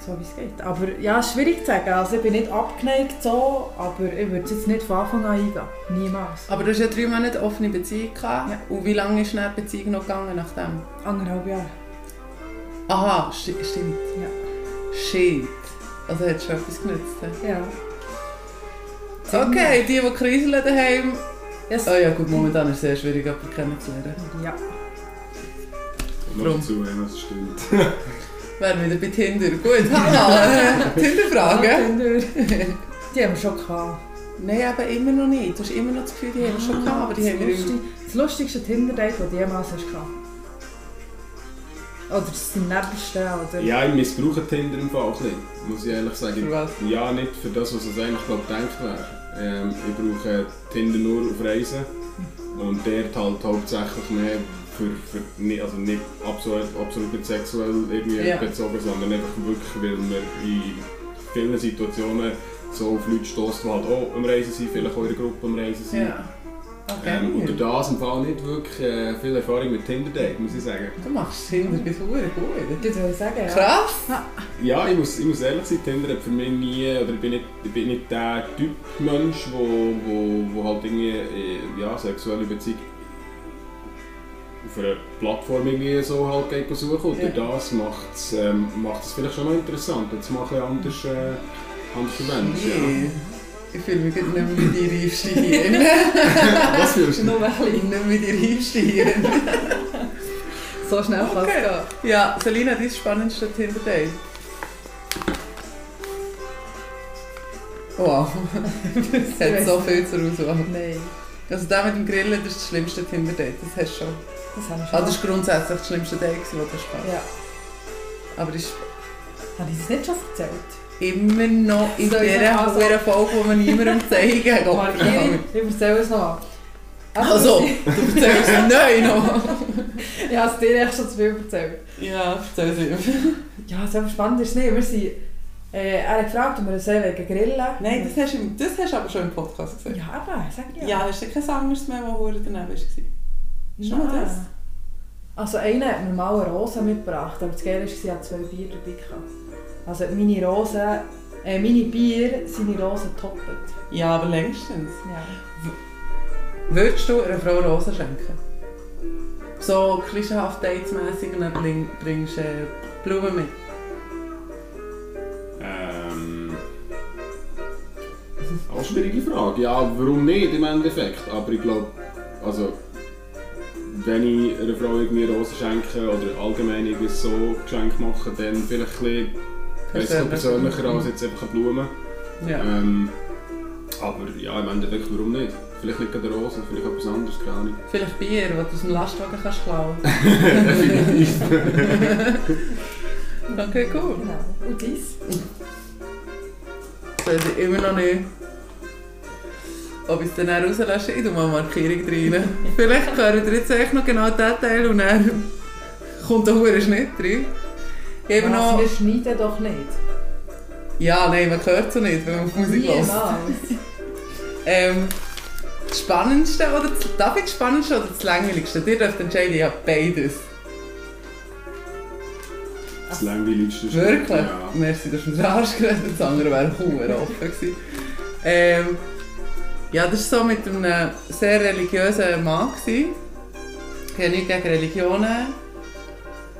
Speaker 5: So wie es geht. Aber ja, es ist schwierig zu sagen. Also ich bin nicht abgeneigt so, aber ich würde es jetzt nicht von Anfang an eingehen. Niemals.
Speaker 4: Aber du hast ja drei Monate offene Beziehung gehabt.
Speaker 5: Ja.
Speaker 4: Und wie lange ist dann die Beziehung noch gegangen nach dem?
Speaker 5: Anderthalb Jahre.
Speaker 4: Aha, sti- stimmt.
Speaker 5: Ja.
Speaker 4: Shit. Also hat schon etwas genützt. hä?
Speaker 5: Ja.
Speaker 4: Okay, die, die kriseln daheim.
Speaker 5: Yes.
Speaker 4: Oh ja, gut, momentan ist es sehr schwierig, jemanden kennenzulernen.
Speaker 5: Ja.
Speaker 6: Noch
Speaker 4: Drum.
Speaker 6: dazu, wenn das stimmt.
Speaker 4: Wären wieder bei Tinder. Gut, Hanna, Tinder-Fragen?
Speaker 5: Tinder. Die haben wir schon gehabt.
Speaker 4: Nein, aber immer noch nicht. Du hast immer noch das Gefühl, die haben wir schon gehabt, aber die haben wir
Speaker 5: das,
Speaker 4: im...
Speaker 5: lustig, das lustigste Tinder-Date, das du jemals hast gehabt. Oder das Nebelste, oder...
Speaker 6: Ja, ich missbrauche Tinder im Fall auch nicht, muss ich ehrlich sagen.
Speaker 4: Für was?
Speaker 6: Ja, nicht für das, was es eigentlich glaub, gedacht wäre. Ähm, ich brauche Tinder nur auf Reisen und dort halt hauptsächlich mehr für, für nicht, also nicht absolut, absolut nicht sexuell irgendwie
Speaker 4: Ja.
Speaker 6: bezogen, sondern einfach wirklich, weil man in vielen Situationen so auf Leute stößt, die halt auch am Reisen sind, vielleicht auch in der Gruppe am Reisen sind.
Speaker 4: Ja. Ah, Okay.
Speaker 6: Ähm, und durch das im Fall nicht wirklich äh, viel Erfahrung mit Tinder-Date, muss ich sagen.
Speaker 4: Du machst Tinder bis hure gut.
Speaker 5: Das wollte ich sagen, ja.
Speaker 4: Krass!
Speaker 6: Ja, ich muss, ich muss ehrlich sein, Tinder hat für mich nie, oder ich bin nicht, ich bin nicht der Typ Mensch, wo, wo, wo halt irgendwie, äh, ja, sexuelle Beziehung auf einer Plattform irgendwie so halt geht suchen und
Speaker 4: Ja.
Speaker 6: durch das macht es ähm, macht's vielleicht schon noch interessant, jetzt mal ein bisschen anders, äh, anders Mensch,
Speaker 4: Nee. Ich fühle mich gerade nicht mehr wie die reifste hier.
Speaker 6: ja. Was fühlst du?
Speaker 4: Nur ein bisschen nicht mehr die reifste hier.
Speaker 5: So schnell okay.
Speaker 4: Okay. Ja, Selina, dein spannendste Tinder-Date? Oh, Wow, es hat so viel zur Auswahl.
Speaker 5: Nein,
Speaker 4: Also der mit dem Grillen, das ist das schlimmste Tinder-Date, das hast du schon.
Speaker 5: das haben wir schon.
Speaker 4: Ah, das war grundsätzlich das schlimmste Date, das du hast.
Speaker 5: ja.
Speaker 4: Aber ist,
Speaker 5: Habe ich das nicht schon erzählt?
Speaker 4: immer noch in
Speaker 5: Soll ich noch
Speaker 4: dieser
Speaker 5: also-
Speaker 4: hohen Folge, die wir niemandem zeigen. Gott,
Speaker 5: Markierung, ich erzähle es noch. Aber
Speaker 4: Also, du erzählst es neu noch.
Speaker 5: Ich habe es dir echt schon zu viel erzählt.
Speaker 4: Ja, erzähl es ihm.
Speaker 5: Ja, so spannend ist es nicht. Wir sind, äh, er hat gefragt, ob wir uns wegen grillen
Speaker 4: Nein, das hast, du, im- das hast du aber schon im Podcast
Speaker 5: Ja,
Speaker 4: gesagt.
Speaker 5: eben, sag ich
Speaker 4: Ja, hast du kein anderes mehr, das hure daneben war? Ist nur
Speaker 5: Nein.
Speaker 4: das?
Speaker 5: Also einer hat mir mal eine Rose mitgebracht, aber das Geile war, sie hat zwei Bier dabei gehabt. Also hat meine Rose, äh, meine Bier, seine Rose toppt.
Speaker 4: Ja, aber längstens.
Speaker 5: Ja.
Speaker 4: Würdest du einer Frau Rosen schenken? So klischeehaft datesmässig und dann bring, bringst du äh, Blumen mit.
Speaker 6: Ähm. Auch eine schwierige Frage. Ja, warum nicht im Endeffekt? Aber ich glaube, also, wenn ich einer Frau irgendwie Rosen schenke oder allgemein irgendwie so Geschenk mache, dann vielleicht ein bisschen besser,
Speaker 4: Persönlich.
Speaker 6: persönlicher als jetzt einfach eine Blume.
Speaker 4: Ja.
Speaker 6: Ähm, aber ja, im Endeffekt, warum nicht? Vielleicht nicht gerade eine Rose, vielleicht etwas anderes, keine Ahnung.
Speaker 4: Vielleicht Bier, das du aus dem Lastwagen kannst klauen
Speaker 6: Definitiv.
Speaker 4: Okay, cool.
Speaker 5: Genau. Und dies?
Speaker 4: Das weiß ich immer noch nicht. Ob ich es dann auch rauslösche, ich tue mal eine Markierung rein. Vielleicht hören wir jetzt echt noch genau diesen Teil und dann kommt der Hure Schnitt rein. Eben
Speaker 5: Was,
Speaker 4: noch...
Speaker 5: wir schneiden doch nicht.
Speaker 4: Ja, nein, man hört es nicht, wenn man auf Musik hört.
Speaker 5: Niemals.
Speaker 4: Ähm, das Spannendste oder das, darf ich das Spannendste oder das Langweiligste? Ihr dürft entscheiden, ja beides.
Speaker 6: Das langweiligste ist-
Speaker 4: Wirklich?
Speaker 6: Ja.
Speaker 4: Merci, dass du mir den Arsch geredet hast, das andere wäre verdammt offen gewesen. Ähm, ja, das war so mit einem sehr religiösen Mann. gewesen. Ich habe nichts gegen Religionen.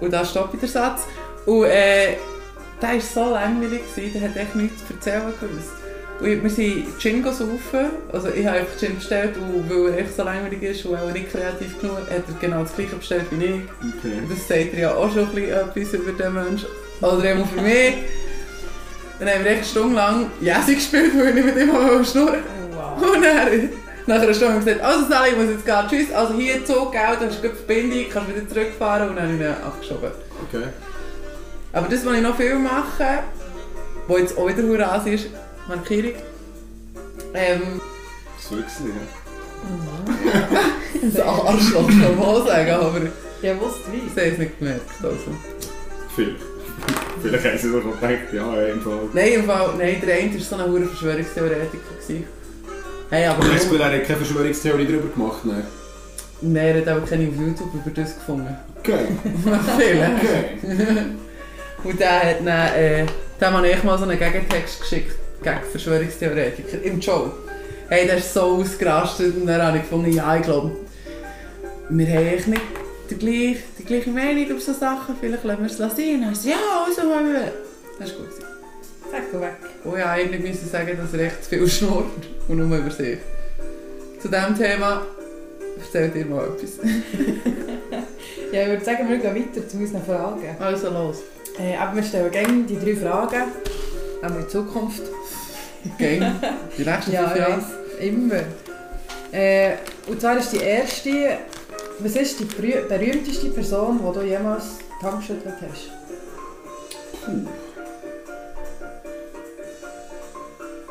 Speaker 4: Und da stoppt der Satz. Und äh, der war so langweilig, gewesen, der hat echt nichts zu erzählen gewusst. Und ich- wir sind Gin saufen, also ich habe einfach Gin bestellt und weil er echt so langweilig ist und auch nicht kreativ genug, hat er genau das gleiche bestellt wie ich.
Speaker 6: Okay.
Speaker 4: Das sagt er ja auch schon ein bisschen etwas über den Menschen. Oder eben für mich. Dann haben wir echt stundenlang Jäsi gespielt, weil ich mit ihm auch schnurren
Speaker 5: Wow.
Speaker 4: wollte. Und dann, nach einer Stunde haben wir gesagt, also Sally, ich muss jetzt gehen, tschüss. Also hier Zug, Geld, dann hast du gleich die Verbindung, kannst wieder zurückfahren. Und dann habe ich ihn abgeschoben.
Speaker 6: okay.
Speaker 4: Aber das, was ich noch viel mache, wo jetzt auch wieder Huras ist, Markierung. Ähm,
Speaker 6: Das Wichsen, ja.
Speaker 4: das Arschloch kann man wohl sagen, aber
Speaker 5: Ja, wusst wie.
Speaker 4: ich habe es nicht gemerkt. Also.
Speaker 6: Vielleicht. Vielleicht haben sie sich auch gedacht, ja, ja, im Fall.
Speaker 4: Nein, im Fall, nein, der eine war so ein hoher Verschwörungstheoretiker. gewesen. Hey, aber
Speaker 6: Aber ich
Speaker 4: warum?
Speaker 6: glaube, er hat keine Verschwörungstheorie darüber gemacht, ne?
Speaker 4: Nein, er hat aber keine auf YouTube über das gefunden.
Speaker 6: Okay,
Speaker 4: Vielleicht.
Speaker 6: okay.
Speaker 4: Und der hat dann, äh, dem habe ich mal so einen Gegentext geschickt, gegen Verschwörungstheoretiker, im Joe. Hey, der ist so ausgerastet und dann habe ich gefunden, ja, ich glaube, wir haben eigentlich nicht die gleiche, die gleiche Meinung über so Sachen, vielleicht lassen wir es sein. Und er so, ja, oh, also, wollen wir. das ist gut. gewesen.
Speaker 5: Sag du weg.
Speaker 4: Oh ja, eigentlich müssen sagen, dass er echt zu viel schnurrt und nur über sich. Zu diesem Thema erzählt ihr mal etwas.
Speaker 5: Ja, ich würde sagen, wir gehen weiter zu unseren Fragen.
Speaker 4: Also los.
Speaker 5: Äh, aber wir stellen gerne die drei Fragen. Auch in Zukunft.
Speaker 4: Gang. Die nächsten
Speaker 5: Ja,
Speaker 4: fünf
Speaker 5: ich
Speaker 4: Jahre.
Speaker 5: weiss, immer. Äh, und zwar ist die erste, was ist die berüh- berühmteste Person, die du jemals die Hand geschüttelt hast?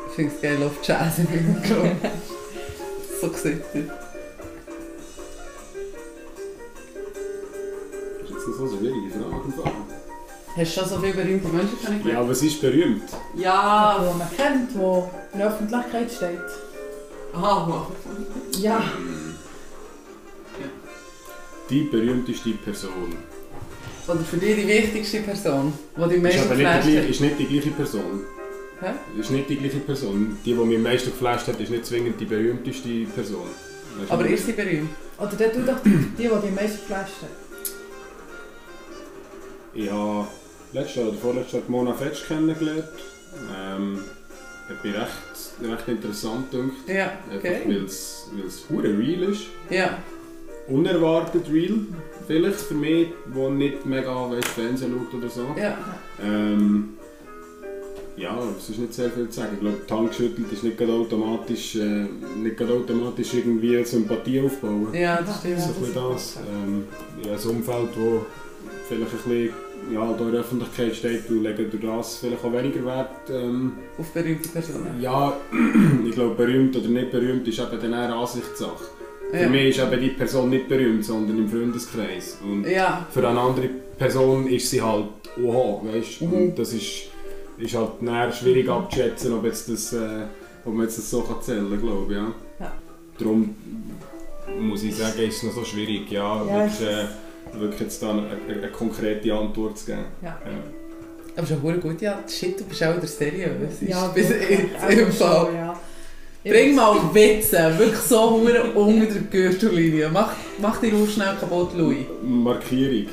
Speaker 4: Ich finde es geil auf Jazz im Hintergrund. so sieht er.
Speaker 6: Das ist jetzt eine so schwierige Frage. im Fall.
Speaker 4: Hast du schon so viele berühmte Menschen
Speaker 6: Ja,
Speaker 4: kennengelernt?
Speaker 6: aber es ist berühmt.
Speaker 4: Ja.
Speaker 5: Die man kennt, die in der Öffentlichkeit steht.
Speaker 4: Ah, Mann.
Speaker 5: Ja.
Speaker 6: Die berühmteste Person.
Speaker 4: Oder Also für dich die wichtigste Person, die dich am
Speaker 6: Ist
Speaker 4: meisten
Speaker 6: aber nicht
Speaker 4: geflasht
Speaker 6: die, gleiche-
Speaker 4: hat.
Speaker 6: ist nicht die gleiche Person.
Speaker 4: Hä?
Speaker 6: Ist nicht die gleiche Person. Die, die mich am meisten geflasht hat, ist nicht zwingend die berühmteste Person. Weißt du,
Speaker 4: Aber
Speaker 6: was
Speaker 4: ist sie berühmt?
Speaker 5: Oder der du doch die, die, die am meisten geflasht hat.
Speaker 6: Ich habe letztes Jahr oder vorletztes Jahr die Mona Fetsch kennengelernt. Ähm, hat mich recht, recht interessant gedacht.
Speaker 4: Ja,
Speaker 6: Einfach
Speaker 4: okay.
Speaker 6: weil es hure real ist.
Speaker 4: Ja.
Speaker 6: Unerwartet real, vielleicht für mich, der nicht mega weiss, Fernsehen schaut oder so.
Speaker 4: Ja.
Speaker 6: Ähm, ja, es ist nicht sehr viel zu sagen. Ich glaube, die Hand geschüttelt ist nicht gerade automatisch, äh, nicht gerade automatisch irgendwie Sympathie aufbauen.
Speaker 4: Ja, das
Speaker 6: Das
Speaker 4: stimmt.
Speaker 6: ist ein bisschen das. Ähm, ja, ein Umfeld, wo vielleicht ein bisschen ja, halt auch in der Öffentlichkeit steht und legen durch das vielleicht auch weniger Wert. Ähm,
Speaker 4: auf berühmte Personen.
Speaker 6: ja, ich glaube, berühmt oder nicht berühmt ist eben dann eher eine Ansichtssache. Für mich ist eben die Person nicht berühmt, sondern im Freundeskreis. Und
Speaker 4: Ja,
Speaker 6: für eine andere Person ist sie halt oha, weißt du?
Speaker 4: Mhm.
Speaker 6: Und das ist, ist halt näher schwierig abzuschätzen, ob, jetzt das, äh, ob man jetzt das so kann zählen kann, glaube ich. Ja.
Speaker 4: Ja.
Speaker 6: Darum muss ich sagen, ist es noch so schwierig, ja,
Speaker 5: Ja,
Speaker 6: wirklich, äh, wirklich jetzt da eine, eine, eine konkrete Antwort zu geben.
Speaker 5: Ja.
Speaker 4: aber schon eine gute Antwort. Shit, du bist auch wieder seriös. Ja,
Speaker 5: Ja,
Speaker 4: bis
Speaker 5: gut,
Speaker 4: jetzt
Speaker 5: ja,
Speaker 4: im
Speaker 5: also
Speaker 4: Fall.
Speaker 5: schon, ja. Ich
Speaker 4: Bring mal Witze, wirklich so hure unter der Gürtellinie. Mach, mach dich auch schnell kaputt, Louis.
Speaker 6: Markierung.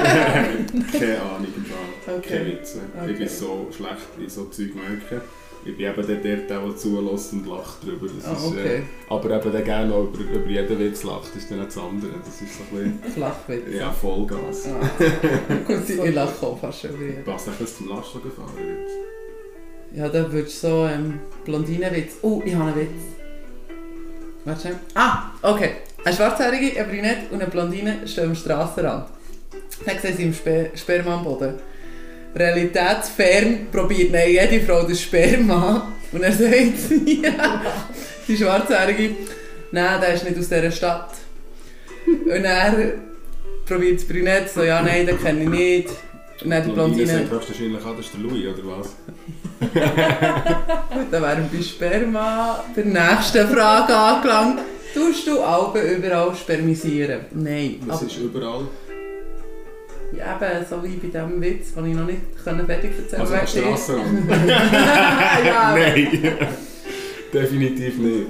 Speaker 6: Keine Ahnung im Fall.
Speaker 4: Okay.
Speaker 6: Keine Witze.
Speaker 4: Okay.
Speaker 6: Ich bin so schlecht in so Zeug merken. Ich bin eben der, der, der zulässt und lacht drüber. Das
Speaker 4: Ah,
Speaker 6: ist, äh,
Speaker 4: okay.
Speaker 6: Aber eben dann gerne auch über, über jeden Witz lacht, ist dann auch das andere. Das ist so ein
Speaker 4: Flachwitze.
Speaker 6: bisschen ja, Vollgas.
Speaker 4: Ah. Gut, ich lache auch fast schon wieder.
Speaker 6: Passt echt, dass du zum Lastwagen gefahren wird.
Speaker 4: Ja, da würdest du so ähm, Blondinenwitz. Oh, ich habe einen Witz. Warte schnell. Ah, okay. Eine Schwarzhaarige, eine Brünette und eine Blondine stehen am Strassenrand. Dann sehen sie im Spe Sperma am Boden. Realitätsfern probiert dann jede Frau das Sperma. Und er sagt sie, die Schwarzhaarige, nein, der ist nicht aus dieser Stadt. Und er probiert das Brünette, so, ja, nein, den kenne ich nicht. Und dann die
Speaker 6: Blondine
Speaker 4: Blondine,
Speaker 6: sagt höchstwahrscheinlich auch, das ist der Louis, oder was?
Speaker 4: Gut, Dann wären wir bei Sperma der nächsten Frage angelangt. Tust du Alben überall spermisieren? Nein.
Speaker 6: Das
Speaker 4: Aber
Speaker 6: ist überall.
Speaker 4: ja, eben, so wie bei diesem Witz, den ich noch nicht können fertig erzählen
Speaker 6: Also am
Speaker 4: konnte.
Speaker 6: Strassenrand.
Speaker 4: ja,
Speaker 6: Nein! Definitiv nicht.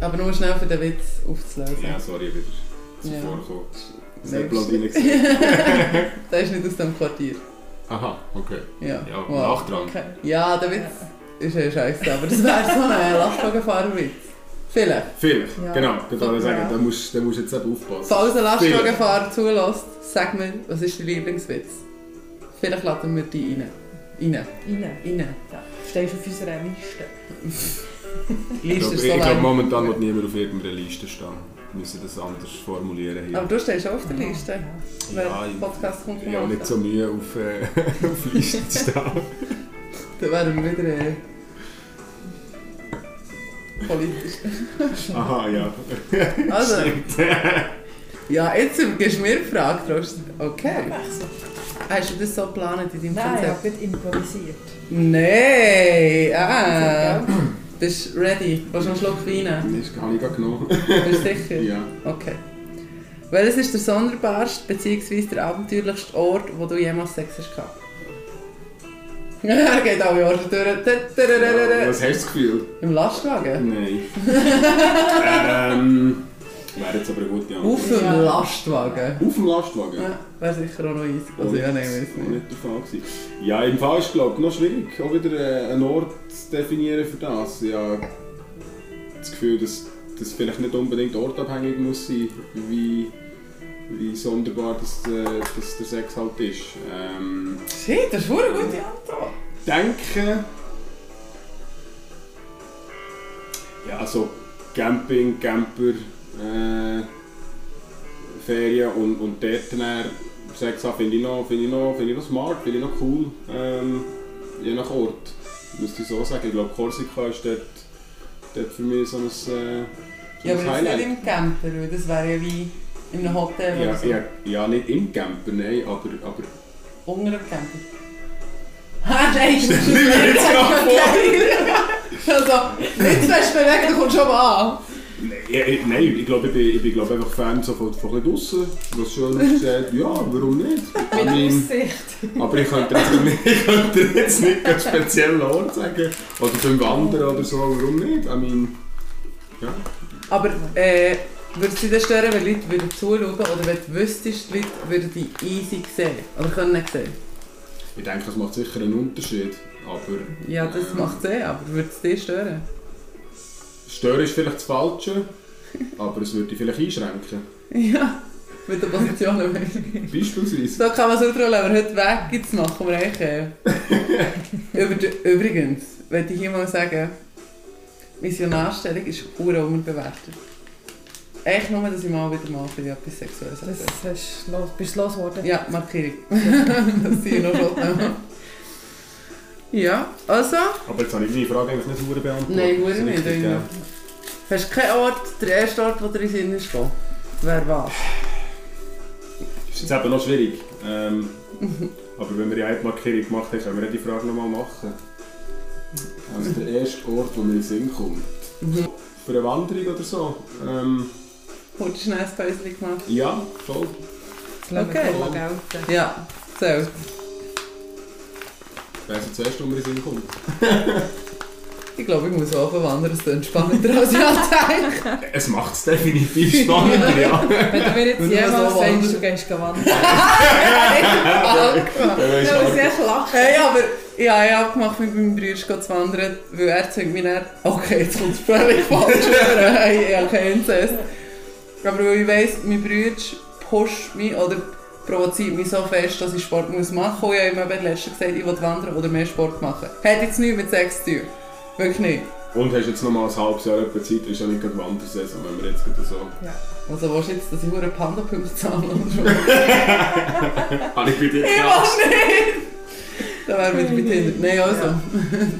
Speaker 4: Aber nur schnell für den Witz aufzulösen.
Speaker 6: Ja, sorry, ich bin
Speaker 4: Ja.
Speaker 6: zuvor gekommen. Das ist
Speaker 4: Nein,
Speaker 6: nicht Blondine gesehen.
Speaker 4: Der ist nicht aus dem Quartier.
Speaker 6: Aha, okay.
Speaker 4: Ja,
Speaker 6: Ja,
Speaker 4: Wow.
Speaker 6: nach dran.
Speaker 5: Okay.
Speaker 4: ja der Witz ist ja scheiße, aber das wäre so ein Lastwagenfahrerwitz. Vielleicht.
Speaker 6: Vielleicht,
Speaker 5: Ja.
Speaker 6: genau. Ich wollte gerade sagen,
Speaker 5: Ja.
Speaker 6: da musst da musst du jetzt eben aufpassen.
Speaker 4: Falls ein
Speaker 6: Vielleicht.
Speaker 4: Lastwagenfahrer zulässt, sag mir, was ist dein Lieblingswitz? Vielleicht laden wir die rein. Rein.
Speaker 5: Rein.
Speaker 4: Rein.
Speaker 5: Ja. Stehst auf unserer Liste.
Speaker 6: Ich
Speaker 4: Liste
Speaker 6: glaube,
Speaker 4: ist
Speaker 6: ich
Speaker 4: so
Speaker 6: glaube,
Speaker 4: lang.
Speaker 6: momentan wird niemand auf irgendeiner Liste stehen. Wir müssen das anders formulieren hier.
Speaker 4: Aber du stehst auch auf der Liste.
Speaker 6: ja,
Speaker 4: Weil Podcast kommt
Speaker 6: ich, ich habe nicht so Mühe, auf, äh, auf Liste zu stehen.
Speaker 4: Dann werden wir wieder äh, politisch.
Speaker 6: Aha, ja.
Speaker 4: Also, ja, jetzt gibst du mir die Frage, Trost. Okay. Hast du das so geplant in deinem
Speaker 5: Nein, ich
Speaker 4: Konzept?
Speaker 5: habe gerade improvisiert.
Speaker 4: Nein! Ah.
Speaker 5: Ja.
Speaker 4: Bist du ready? Willst du einen Schluck Wein?
Speaker 6: Das habe ich gerade genommen.
Speaker 4: Bist du sicher?
Speaker 6: Ja.
Speaker 4: Okay. Welches ist der sonderbarste bzw. der abenteuerlichste Ort, wo du jemals Sex hast gehabt? Er geht alle Orte durch. Tü- tü- tü- tü- tü-
Speaker 6: Was hast du das Gefühl?
Speaker 4: Im Lastwagen?
Speaker 6: Nein. ähm, wäre jetzt aber eine gute Antwort.
Speaker 4: Auf dem
Speaker 5: Ja.
Speaker 4: Lastwagen?
Speaker 6: Auf dem Lastwagen?
Speaker 4: Ja, wäre sicher auch noch eins.
Speaker 6: Oh,
Speaker 4: Also ja, nein, weiß
Speaker 6: war
Speaker 4: nicht.
Speaker 6: nicht der Fall. Gewesen. Ja, im Fall ist glaube ich noch schwierig, auch wieder äh, einen Ort zu definieren für das. Ich habe das Gefühl, dass das vielleicht nicht unbedingt ortabhängig muss sein, wie, wie sonderbar das, äh, das der Sex halt ist. Ähm,
Speaker 4: Shit, das ist eine gute Antwort.
Speaker 6: denke... Ja, also Camping, Camper, äh, Ferien und, und dort dann Sex haben, finde ich, noch- finde ich, noch- finde ich noch smart, finde ich noch cool. Ähm, je nach Ort, müsste ich so sagen. Ich glaube, Korsika ist dort, dort für mich so ein, äh, so ein
Speaker 4: Ja, aber jetzt
Speaker 6: Highlight.
Speaker 4: nicht im Camper, weil das wäre ja wie in einem Hotel oder
Speaker 6: Ja,
Speaker 4: so.
Speaker 6: ja, ja, nicht im Camper, nein, aber... aber
Speaker 4: Unter dem Camper. Ah, Ha, nein, ist das
Speaker 6: Stell mir jetzt gerade
Speaker 4: vor. Also, nicht zu fest bewegt, du kommst schon mal an.
Speaker 6: Ja, ich- nein, ich glaube, ich bin, ich bin glaube, einfach Fan so von, von ein bisschen draussen, was schön aussieht. Ja, warum nicht? I mean,
Speaker 5: Aussicht.
Speaker 6: aber ich könnte jetzt nicht, ich könnte jetzt nicht einen speziellen Ort sagen. Oder beim Wandern oder so, warum nicht? I mean, ja.
Speaker 4: Aber äh, würde es dich das stören, wenn Leute würden zuschauen oder wenn du wüsstest, die Leute würden dich easy sehen oder können sehen?
Speaker 6: Ich denke, das macht sicher einen Unterschied. Aber
Speaker 4: Ja, das
Speaker 6: ähm,
Speaker 4: macht Sinn, aber würde es dich stören?
Speaker 6: Stören ist vielleicht das Falsche, aber es würde dich vielleicht einschränken.
Speaker 4: Ja, mit den Positionen. weisst
Speaker 6: Beispielsweise.
Speaker 4: du. so kann man es ausrollen, aber heute weg jetzt machen wir eigentlich. Äh. Über Übrigens, wollte ich hier mal sagen, Missionarstellung ist pure unterbewertet. Echt nur, dass ich mal wieder mal für etwas Sexuelles
Speaker 5: Das
Speaker 4: erzähle.
Speaker 5: hast du Dus, los, bist du losgeworden.
Speaker 4: Ja, markiere ich. das sehe ich noch schon. Ja, also,
Speaker 6: Aber jetzt habe ich meine Frage eigentlich nicht sauber beantwortet.
Speaker 4: Nein, hure
Speaker 6: Das ist
Speaker 4: nicht,
Speaker 6: richtig,
Speaker 4: irgendwie.
Speaker 6: ja.
Speaker 4: hast du keinen Ort, der erste Ort, wo dir in den Sinn ist gekommen? Wer was?
Speaker 6: Das ist jetzt eben noch schwierig. Ähm, aber wenn wir ja eine Markierung gemacht haben, können wir ja die Frage nochmal machen. Also der erste Ort, wo mir in den Sinn kommt. Für eine Wanderung oder so? Ähm,
Speaker 4: Hast du schnell ein Päuschen gemacht?
Speaker 6: ja, voll.
Speaker 5: Das lassen wir
Speaker 4: Okay.
Speaker 5: mal gelten.
Speaker 4: Ja, so.
Speaker 6: Wer ist zuerst, wo mir in den Sinn kommt?
Speaker 4: Ich glaube, ich muss auch wandern, es klingt spannender als ich denke.
Speaker 6: Es macht es definitiv spannender, ja.
Speaker 5: Wenn du mir jetzt
Speaker 4: Wenn du
Speaker 5: jemals
Speaker 4: so
Speaker 5: sagst,
Speaker 4: wanderst.
Speaker 5: du gehst wandern.
Speaker 4: Fuck.
Speaker 6: Dann weiss
Speaker 5: Ja,
Speaker 6: man-
Speaker 5: aber sehr lachen.
Speaker 4: hey, aber ich habe ja abgemacht, mit meinem Bruder zu wandern, weil er zwingt mich dann... Okay, jetzt kommt es völlig falsch. rüber. hey, ich habe keinen Inzest. Aber weil ich weiss, mein Bruder pusht mich oder provoziert mich so fest, dass ich Sport muss machen muss. Und ich habe ihm eben letztens gesagt, ich will wandern oder mehr Sport machen. Hat jetzt nichts mit Sex zu tun. Wirklich nicht.
Speaker 6: Und hast jetzt nochmal ein halbes Jahr etwa Zeit, ist ja nicht gerade Wandersaison, wenn wir jetzt gerade so...
Speaker 4: Also willst du jetzt, dass ich einen Panda-Punkte zahle oder so?
Speaker 6: Ah, ich bin dir
Speaker 4: Ich will nicht! Da wären wir wieder bei Tinder. Nein, also.
Speaker 5: Ja.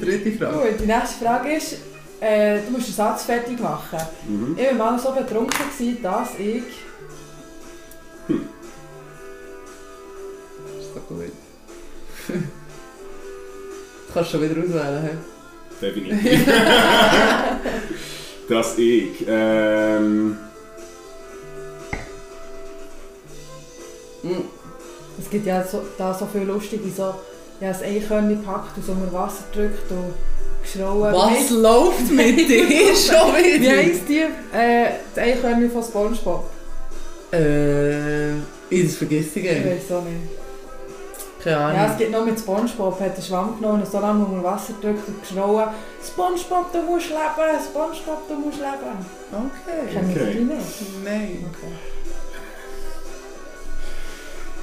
Speaker 4: Dritte Frage.
Speaker 5: Gut, die nächste Frage ist, äh, du musst den Satz fertig machen.
Speaker 6: Mhm.
Speaker 5: Ich war mal so betrunken, gewesen, dass ich...
Speaker 4: Ist doch gut. Du kannst schon wieder auswählen.
Speaker 6: Definitiv. das ich. Ähm,
Speaker 5: Es gibt ja so, da so viele lustige, so... Ich habe ein Eichhörnchen gepackt und so unter Wasser gedrückt und geschrauen.
Speaker 4: He. Was läuft mit dir schon
Speaker 5: Wie
Speaker 4: wieder?
Speaker 5: heisst die? Äh, das Eichhörnchen von Spongebob.
Speaker 4: Äh, ich das vergisst ich
Speaker 5: Ich
Speaker 4: eigentlich.
Speaker 5: weiß auch nicht.
Speaker 4: Keine
Speaker 5: Ja, es
Speaker 4: Ahnung.
Speaker 5: gibt noch mit Spongebob, hat den Schwamm genommen und so lange unter Wasser gedrückt und geschrauen. Spongebob, du musst leben! Spongebob, du musst leben!
Speaker 4: Okay.
Speaker 5: Kennen
Speaker 6: Okay.
Speaker 5: okay. die nicht?
Speaker 4: Nein.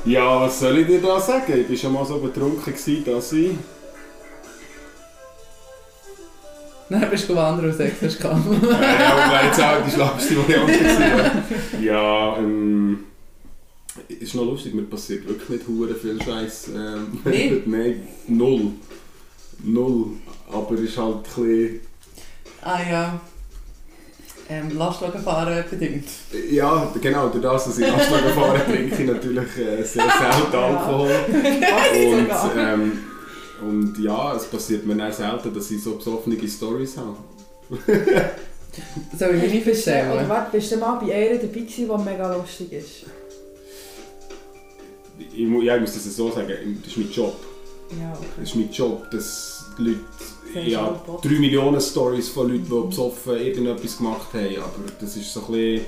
Speaker 6: ja, was soll ich dir da sagen? Ich war schon mal so betrunken, gewesen, dass ich.
Speaker 4: Dann bist du wandern und Sex hast gehabt.
Speaker 6: Äh, aber wäre jetzt auch die schlappste Variante gewesen. Ja, ähm. Ist noch lustig, mir passiert wirklich nicht hure viel Scheiß. Ähm,
Speaker 4: Nee?
Speaker 6: Nein, null. Null. Aber ist halt ein bisschen.
Speaker 4: ah ja. Ähm, Lastwagen fahren bedingt.
Speaker 6: Ja, genau, durch das, dass ich Anschläge fahre, trinke ich natürlich äh, sehr selten Alkohol. Und,
Speaker 5: sogar.
Speaker 6: ähm, und ja, es passiert mir dann selten, dass ich so besoffene Stories habe.
Speaker 4: Soll ich mich nicht
Speaker 5: Bist du, oder
Speaker 4: verstellen?
Speaker 5: warte, bist du mal bei einer dabei gewesen, die mega lustig ist?
Speaker 6: Ich, mu- ja, ich muss das so sagen, das ist mein Job.
Speaker 5: Ja, okay.
Speaker 6: Das ist mein Job, dass die
Speaker 5: Das
Speaker 6: Leute...
Speaker 5: ist
Speaker 6: Ja,
Speaker 5: auch Bot.
Speaker 6: 3 Millionen Stories von Leuten, die besoffen irgendetwas gemacht haben, aber das ist so ein bisschen...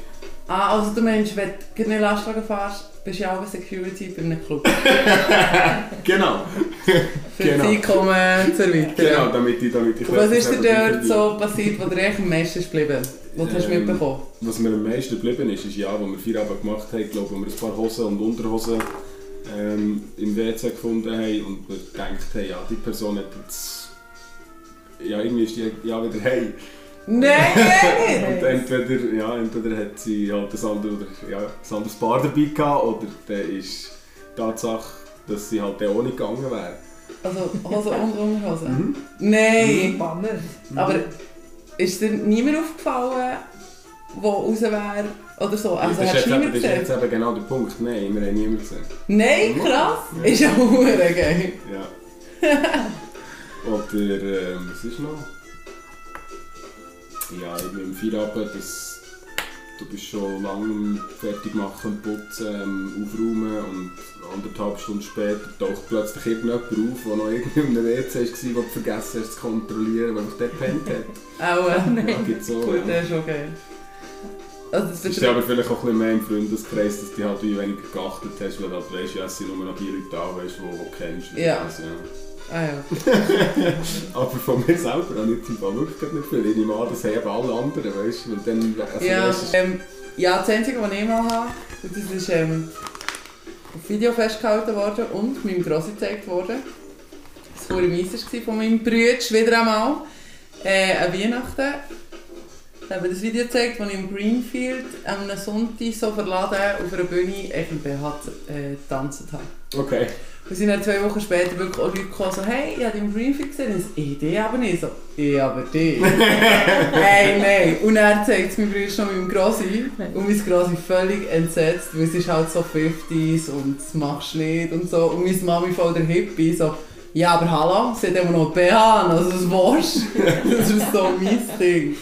Speaker 4: Ah, also du meinst, wenn du nicht Lastwagen fährst, bist du ja auch Security bei einem Club.
Speaker 6: Genau,
Speaker 4: Für
Speaker 6: Genau.
Speaker 4: das Einkommen zu erweitern.
Speaker 6: genau, damit ich... Damit ich
Speaker 4: Und was
Speaker 6: etwas
Speaker 4: ist dir
Speaker 6: eben
Speaker 4: dort so passiert, wo dir echt am meisten ist geblieben? Was hast du
Speaker 6: Ähm.
Speaker 4: mitbekommen?
Speaker 6: Was mir am meisten geblieben ist, ist ja, wo wir Feierabend gemacht haben, glaube wo wir ein paar Hosen und Unterhosen ähm, im WC gefunden haben und wir gedacht haben, ja, die Person hat jetzt... Ja, irgendwie ist die ja wieder heim.
Speaker 4: Nein, nein!
Speaker 6: Und entweder, ja, entweder hat sie halt ein anderes, oder, ja, ein anderes Paar dabei gehabt, oder dann ist die Tatsache, dass sie halt dann ohne gegangen wäre.
Speaker 4: Also Hose und Unterhose? Nein!
Speaker 5: Spannend.
Speaker 4: Aber ist dir niemand aufgefallen, der raus wäre oder so? Also
Speaker 6: das,
Speaker 4: hast
Speaker 6: ist
Speaker 4: du
Speaker 6: jetzt, eben-
Speaker 4: niemand
Speaker 6: das ist jetzt
Speaker 4: gesehen?
Speaker 6: eben genau der Punkt. Nein, wir haben niemanden gesehen.
Speaker 4: Nein, krass! Ist ja verdammt geil.
Speaker 6: Ja. Oder ähm, was ist noch? Ja, ich bin im Feierabend, das, du bist schon lange fertig machen, putzen, ähm, aufräumen und anderthalb Stunden später taucht plötzlich irgendjemand auf, der noch irgendwie in der WC war, den du vergessen hast zu kontrollieren, weil er dort gepennt hat.
Speaker 4: Auch äh,
Speaker 6: Ja, gibt's so,
Speaker 4: gut,
Speaker 6: ja.
Speaker 4: der ist schon geil. Also das
Speaker 6: Es ist
Speaker 4: ist
Speaker 6: ja aber vielleicht auch ein bisschen mehr im Freundeskreis, dass du halt wie weniger geachtet hast, weil du halt weisst, ja, es sind nur noch die Leute da, weisst, die du kennst.
Speaker 4: Ja.
Speaker 6: Also, ja.
Speaker 4: Ah ja.
Speaker 6: Aber von mir selber habe ich zum Fall wirklich gerade nicht viel. Ich nehme an, das haben eben alle anderen, weißt du? weil Dann, also,
Speaker 4: Ja,
Speaker 6: weisst du,
Speaker 4: ähm, ja, das Einzige, was ich mal habe, und das ist ähm, auf Video festgehalten worden und meinem Grossi gezeigt worden. Das war im Eis war von meinem Bruder, wieder einmal. Äh, an Weihnachten habe das Video gezeigt, das ich im Greenfield am Sonntag so verladen auf einer Bühne eben behat äh, getanzt habe.
Speaker 6: Okay.
Speaker 4: Wir sind dann zwei Wochen später wirklich auch Leute gekommen, so, hey, ich habe dich im Briefing gesehen. Und ich so, ich dich aber nicht. So, ich aber dich. hey, nein. Und er zeigt es meinem Bruder schon meinem Grossi. Und mein Grossi völlig entsetzt, weil es ist halt so 50s und das machst du nicht und so. Und meine Mami voll der Hippie, so, ja, aber hallo, sie hat immer noch BH an, also das war's. das ist so mein Ding.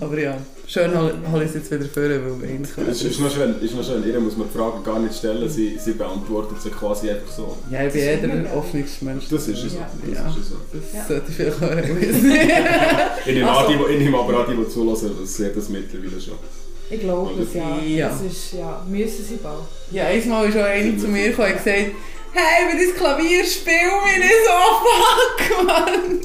Speaker 4: Aber ja, schön hol, hol ich es jetzt wieder vor, weil wir ihn
Speaker 6: Es ist noch schön, ist noch schön. ihr muss man die Fragen gar nicht stellen, sie, sie beantwortet sie quasi einfach so.
Speaker 4: Ja, ich bin jeder ein offenes Mensch.
Speaker 6: Das ist es.
Speaker 5: Ja.
Speaker 6: Das ist es. so.
Speaker 4: Das
Speaker 5: Ja.
Speaker 4: sollte ich vielleicht auch wissen.
Speaker 6: Ich nehme
Speaker 5: Also-
Speaker 6: an, die- ich nehme aber an, die, die zuhören, das sehen das mittlerweile schon.
Speaker 5: Ich glaube es, ja.
Speaker 4: Ja.
Speaker 5: Das ist, ja, müssen sie bald.
Speaker 4: Ja, einmal ist auch einer zu mir gekommen und gesagt, hey, wenn dein Klavier spiel mich nicht so, fuck, Dus Mann.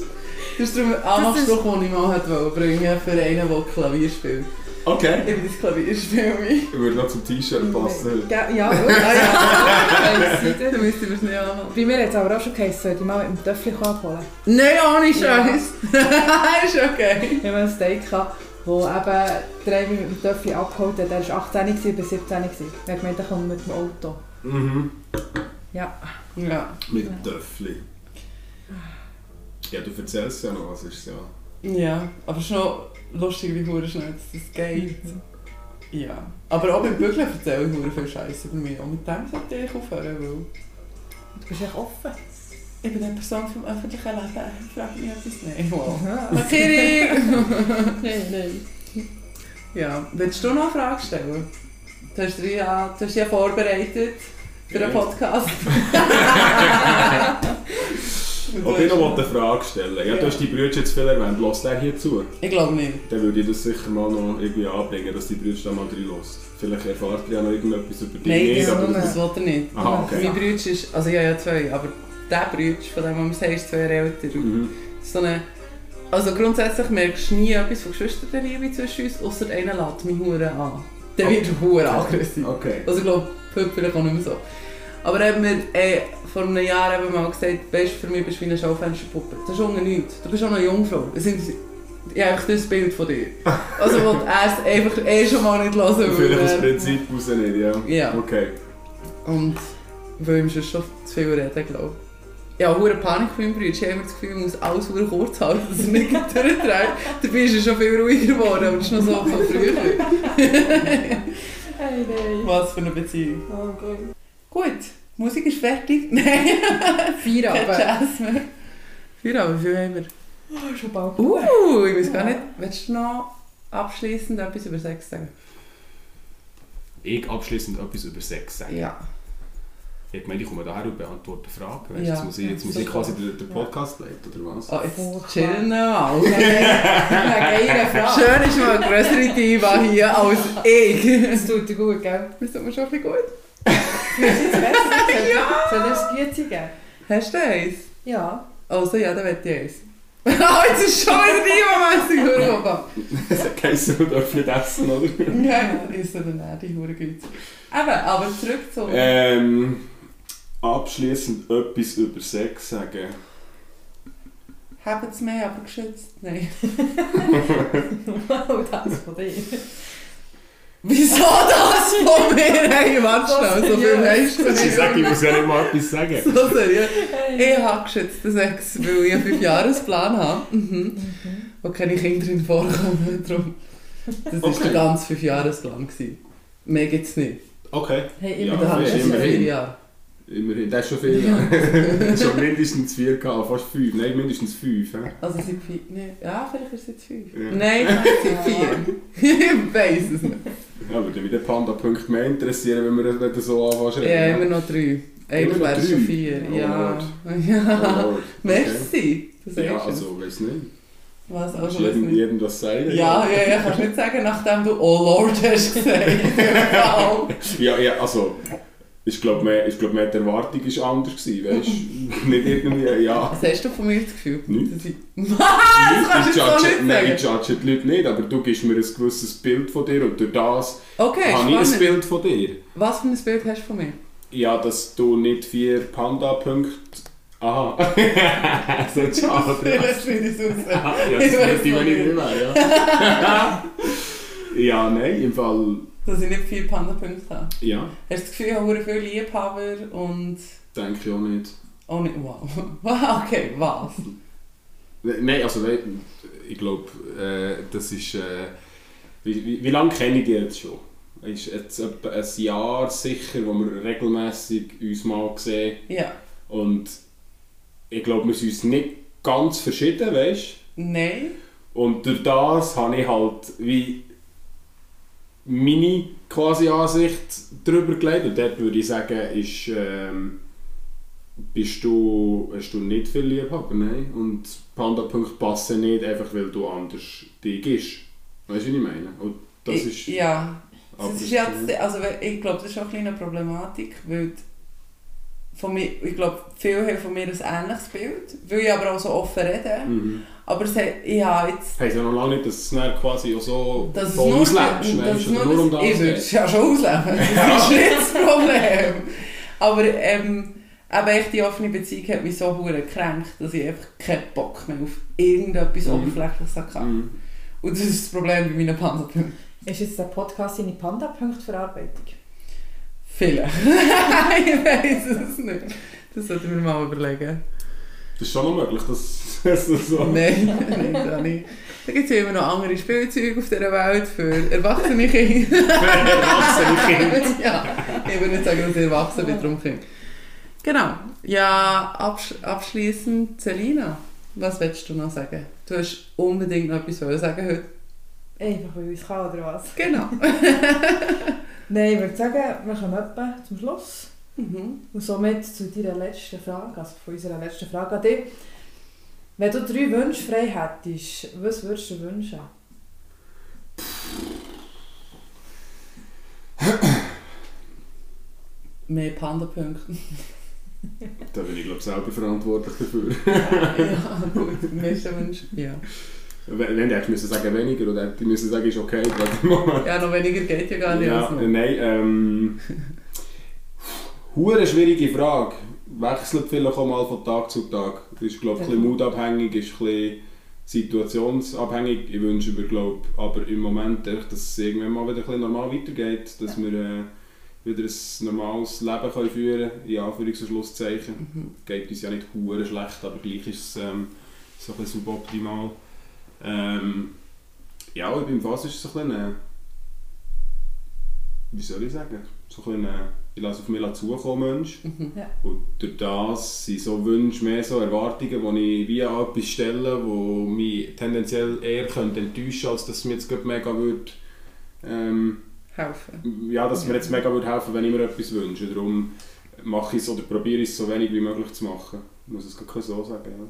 Speaker 4: Das ist darum ein Anmachspruch, den ich mal hätte wollen bringen für einen, der Klavier spielt.
Speaker 6: Okay.
Speaker 4: Eben dein Klavier spiel mich.
Speaker 6: Ich würde noch zum
Speaker 5: Mhm.
Speaker 6: T-Shirt passen.
Speaker 5: Ja, ja, gut. Ah, ja. Wenn sie-
Speaker 4: Dann müsste ich es nicht anmachen.
Speaker 5: Bei mir hat es aber auch schon geheißen, sollte ich mal mit dem Töffel abholen.
Speaker 4: Nein, ohne
Speaker 5: Ja.
Speaker 4: Scheiß. ist okay.
Speaker 5: Ich hatte einen Steak, gehabt, wo eben drei mit dem Töffel abgeholt hat. Er war 18 gewesen, bis 17. gewesen. Er hat gemeint, er kommt mit dem Auto.
Speaker 6: Mhm.
Speaker 5: Ja.
Speaker 4: Ja.
Speaker 6: Mit Töffli. Ja, du erzählst ja noch, was ist ja.
Speaker 4: Ja, aber schon lustig, wie hure schnell dass das geht. Ja. Aber auch beim Bügeln erzähle ich hure viel Scheiße über mich. Und mit dem sollte ich aufhören, weil...
Speaker 5: Du bist echt offen.
Speaker 4: Ich bin eine Person vom öffentlichen Leben. Ich frage mich etwas nicht.
Speaker 5: Ja.
Speaker 4: nein, nein. Ja, willst du noch eine Frage stellen? Du hast dich ja, du hast dich ja vorbereitet für einen
Speaker 6: Ja.
Speaker 4: Podcast.
Speaker 6: Ob ich noch eine Frage stellen ja, Du hast die Brüder jetzt viel erwähnt. Lass der hier zu.
Speaker 4: Ich glaube nicht.
Speaker 6: Dann würde ich das sicher mal noch irgendwie anbringen, dass die Brüder da mal drin lässt. Vielleicht erfahrt ihr ja noch irgendetwas über dich.
Speaker 4: Nein,
Speaker 6: nicht,
Speaker 4: das,
Speaker 5: aber
Speaker 4: das,
Speaker 5: das-
Speaker 4: will er nicht.
Speaker 6: Aha, okay.
Speaker 4: Mein Bruder ist, also ich habe ja zwei, aber der Bruder, von dem man sagt, ist zwei Jahre älter.
Speaker 6: Mhm.
Speaker 4: So eine, also grundsätzlich merkst du nie etwas von Geschwisterliebe zwischen uns, außer einer lädt mich Hure an. Der wird Hure aggressiv.
Speaker 6: Okay.
Speaker 4: Also ich glaube, heute vielleicht auch nicht mehr so. Aber er hat mir äh, vor einem Jahr eben mal gesagt, weißt, für mich bist du wie eine Schaufensterpuppe. Das ist unter nichts. Du bist auch eine Jungfrau. Es sind, ich habe einfach das Bild von dir. Also wollte er es einfach eh schon mal nicht hören. weil
Speaker 6: Vielleicht das
Speaker 4: er-
Speaker 6: Prinzip rausnehmen, ja.
Speaker 4: Ja.
Speaker 6: Okay.
Speaker 4: Und weil ihm sonst schon zu viel reden, glaube ich. Ja, hohe Panik bei meinem Bruder. Ich habe immer das Gefühl, ich muss alles sehr kurz halten, dass er nicht durchdreht. Dabei ist er schon viel ruhiger geworden, aber das ist noch so von früher.
Speaker 5: Hey, nein.
Speaker 4: Was für eine Beziehung.
Speaker 5: Oh Gott.
Speaker 4: Gut, die Musik ist fertig. Nein,
Speaker 5: Vier aber.
Speaker 4: Jazz mehr. Vier aber, wie viel haben wir?
Speaker 5: Oh, schon bald.
Speaker 4: Uh, ich weiß gar nicht. Willst du noch abschließend etwas über Sex sagen?
Speaker 6: Ich abschließend etwas über Sex sagen.
Speaker 4: Ja.
Speaker 6: Ich meine, ich komme daher und beantworte Fragen. Weißt,
Speaker 4: Ja.
Speaker 6: jetzt muss ich, jetzt muss ich quasi den, den Podcast leiten, oder was?
Speaker 4: Oh, jetzt
Speaker 5: Furchtbar.
Speaker 4: chillen wir mal.
Speaker 5: Wegen einer Frage.
Speaker 4: Schön ist mal eine größere Diva hier als ich.
Speaker 5: Das tut dir gut, gell?
Speaker 4: Das tut mir schon ein bisschen gut.
Speaker 5: Fühlst du dich besser? ja! Soll dir das Güte geben?
Speaker 4: Hast du eins?
Speaker 5: Ja.
Speaker 4: Also ja, dann möchte ich eins. Ah, jetzt ist schon wieder die, die mässig Europa.
Speaker 6: Das hat geheißen, man darf nicht essen, oder?
Speaker 4: Ja, ist ja dann auch die Hure Eben, aber zurück zu...
Speaker 6: Ähm, abschließend etwas über Sex sagen.
Speaker 4: Haben sie mich aber geschützt? Nein.
Speaker 5: Wow, Oh, das von dir.
Speaker 4: Wieso das von mir? Hey, warte schnell, so viel weißt du
Speaker 6: Ich sage,
Speaker 4: nicht.
Speaker 6: ich muss ja nicht mal etwas sagen.
Speaker 4: So seriös. Ich habe geschützten Sex, weil ich einen Fünfjahresplan habe, mhm. wo keine Kinder drin vorkommen. Darum. Das war
Speaker 6: Okay.
Speaker 4: der ganze Fünfjahresplan. gewesen. Mehr gibt es nicht.
Speaker 6: Okay.
Speaker 5: Hey,
Speaker 6: Ja,
Speaker 5: immer
Speaker 4: Da
Speaker 5: ja,
Speaker 4: habe
Speaker 6: das
Speaker 4: ich
Speaker 6: ist
Speaker 4: schon
Speaker 6: immerhin.
Speaker 4: vier Jahre.
Speaker 6: Immerhin, das ist schon viel. schon mindestens vier gehabt, fast fünf. Nein, mindestens fünf. hä?
Speaker 4: Also seit vier. Nee. Ja, vielleicht ist es seit fünf.
Speaker 6: Ja.
Speaker 4: Nein, seit vier. ich weiß es nicht.
Speaker 6: Ja, würde mich der Panda-Punkt mehr interessieren, wenn wir das nicht so anfangen.
Speaker 4: Ja, immer noch drei. Eigentlich
Speaker 6: noch
Speaker 4: wäre es schon
Speaker 6: drei?
Speaker 4: vier.
Speaker 6: Oh
Speaker 4: ja.
Speaker 6: Lord.
Speaker 4: ja.
Speaker 6: Okay.
Speaker 4: Merci. Das sagst
Speaker 6: Ja,
Speaker 4: du.
Speaker 6: also, weiß nicht.
Speaker 4: Was auch
Speaker 6: Kannst
Speaker 4: schon
Speaker 6: jedem,
Speaker 4: Also, nicht.
Speaker 6: jedem das sagen?
Speaker 4: Ja, ja, ja, kannst nicht sagen, nachdem du Oh Lord hast gesagt. Wow.
Speaker 6: Ja, ja, also, ich glaube, mehr, ich glaub, mehr die Erwartung war anders, gewesen, weißt du? Nicht irgendwie, ja.
Speaker 4: Was hast du von mir das Gefühl?
Speaker 6: Nichts.
Speaker 4: Dass ich... das kannst
Speaker 6: ich
Speaker 4: du jetzt
Speaker 6: judge,
Speaker 4: auch
Speaker 6: nein, ich
Speaker 4: nicht sagen.
Speaker 6: judge die Leute nicht, aber du gibst mir ein gewisses Bild von dir und durch das
Speaker 4: Okay,
Speaker 6: habe ich ein
Speaker 4: spannend.
Speaker 6: Bild von dir.
Speaker 4: Was für ein Bild hast du von mir?
Speaker 6: Ja, dass du nicht vier Panda-Punkte Aha. so ein Schade. ja.
Speaker 4: Das finde ich raus.
Speaker 6: Ah, ja, das
Speaker 4: Ich weiß
Speaker 6: hätte ich, wenn ich
Speaker 4: noch
Speaker 6: nicht mehr ja. ja, nein, im Fall,
Speaker 4: Dass ich nicht viele Pandapunkte habe.
Speaker 6: ja,
Speaker 4: Hast du das Gefühl, ich habe viele Liebhaber und...
Speaker 6: denke ich auch nicht.
Speaker 4: Oh nicht, wow. Wow, okay, was?
Speaker 6: Ne- Nein, also nein, ich glaube, äh, das ist, äh, wie, wie, wie lange kenne ich die jetzt schon? Es ist jetzt etwa ein Jahr sicher, wo wir regelmäßig uns mal sehen.
Speaker 4: Ja.
Speaker 6: Und ich glaube, wir sind uns nicht ganz verschieden, weißt
Speaker 4: Nein.
Speaker 6: Und durch das habe ich halt wie meine quasi Ansicht darüber gelegt. Und dort würde ich sagen, ist, ähm, bist du, hast du nicht viel Liebhaber, nein. Und Panda-Punkte passen nicht, einfach weil du anders dich gibst. Weißt du, wie ich meine? Und das
Speaker 4: Ich-
Speaker 6: ist...
Speaker 4: Ja.
Speaker 6: aber
Speaker 4: Das ist ja, das- also weil ich glaube, das ist auch ein bisschen eine Problematik, weil die- von mir, ich glaube, viele haben von mir ein ähnliches Bild, weil ich aber auch so offen rede.
Speaker 6: Mhm.
Speaker 4: Aber es hat, ich habe jetzt,
Speaker 6: Heißt ja noch lange nicht, dass es dann quasi auch so
Speaker 4: dass es
Speaker 6: voll
Speaker 4: nur, dass
Speaker 6: auslebst, weißt
Speaker 4: es
Speaker 6: du, oder nur um
Speaker 4: das, ich würde
Speaker 6: das
Speaker 4: es ja schon ausleben, das ist nicht das Problem. Aber ähm, eben echt die offene Beziehung hat mich so hure gekränkt, dass ich einfach keinen Bock mehr auf irgendetwas
Speaker 6: Mhm.
Speaker 4: Oberflächliches hatte.
Speaker 6: Mhm.
Speaker 4: Und das ist das Problem bei meinen Panzerpunkten.
Speaker 5: Ist jetzt der Podcast in die Panda-Punktverarbeitung?
Speaker 4: Vielleicht. ich weiß es nicht. Das sollten wir mal überlegen.
Speaker 6: Das ist schon noch möglich, dass dass es so...
Speaker 4: Nein, nein, da nicht. Da gibt es ja immer noch andere Spielzeuge auf dieser Welt für erwachsene Kinder.
Speaker 6: Erwachsene Kinder.
Speaker 4: ja, ich würde nicht sagen, dass ich erwachsen bin, darum Kind. Genau. Ja, absch abschließend, Selina, was willst du noch sagen? Du hast unbedingt noch etwas wollen sagen heute.
Speaker 5: Einfach weil ich es kann, oder was?
Speaker 4: Genau.
Speaker 5: Nein, ich würde sagen, wir kommen etwa zum Schluss.
Speaker 4: Mhm.
Speaker 5: Und somit zu deiner letzten Frage, also von unserer letzten Frage an dich. Wenn du drei Wünsche frei hättest, was würdest du wünschen?
Speaker 4: Mehr Panda-Punkte.
Speaker 6: Da bin ich glaube selber verantwortlich dafür.
Speaker 4: ja, gut. Mehr Wünsche. Ja.
Speaker 6: Wenn wenn, hättest du müssen sagen weniger oder hättest du müssen sagen, ist okay, warte mal.
Speaker 4: ja, noch weniger geht ja gar nicht. als noch.
Speaker 6: nein, ähm... Hure schwierige Frage. Wechselt vielleicht auch mal von Tag zu Tag. Das ist glaube ich ein bisschen mutabhängig, ist ein bisschen situationsabhängig. Ich wünsche mir glaube aber im Moment echt, dass es irgendwann mal wieder ein bisschen normal weitergeht, dass wir äh, wieder ein normales Leben können führen können, in Anführungs- und Schlusszeichen.
Speaker 4: Mhm.
Speaker 6: geht uns ja nicht hure schlecht, aber gleich ist es ähm, so ein bisschen suboptimal. Ähm, ja, und beim Fass ist es so ein bisschen, äh, wie soll ich sagen, so ein bisschen, äh, ich lasse auf mich zukommen, Mensch.
Speaker 4: Mhm.
Speaker 5: Ja.
Speaker 6: Und durch das sind so Wünsche, mehr so Erwartungen, die ich wie an etwas stelle, wo mich tendenziell eher könnte enttäuschen als dass es mir jetzt gerade mega würde, ähm,
Speaker 4: Helfen.
Speaker 6: ja, dass mir jetzt mega würde helfen, wenn ich mir etwas wünsche. Darum mache ich es oder probiere ich es so wenig wie möglich zu machen. Ich muss es gar nicht so sagen. Ja.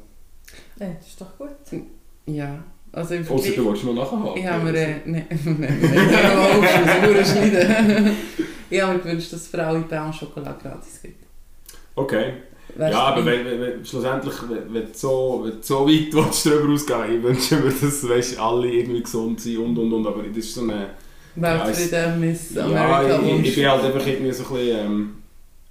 Speaker 5: Nein, das ist doch gut.
Speaker 4: Ja. Also im
Speaker 6: Außer
Speaker 4: Vergleich-
Speaker 6: du willst noch nachhaken.
Speaker 4: Ich habe mir, äh, nein, nein, nein, ich habe auch schon so gut schneiden. Ich habe mir gewünscht, dass es für alle Braun Schokolade gratis gibt.
Speaker 6: Okay.
Speaker 4: Wär's
Speaker 6: ja, aber
Speaker 4: mein-
Speaker 6: wenn, wenn, wenn, schlussendlich, wenn, wenn, du so, wenn du so weit willst, darüber ausgehen ich wünsche mir, dass weißt, alle irgendwie gesund sind und und und. Aber das ist so eine.
Speaker 4: Weltfrieden, Miss
Speaker 6: Ja,
Speaker 4: America
Speaker 6: ich, ich
Speaker 4: Wunsch.
Speaker 6: bin halt einfach irgendwie so ein bisschen. Ähm,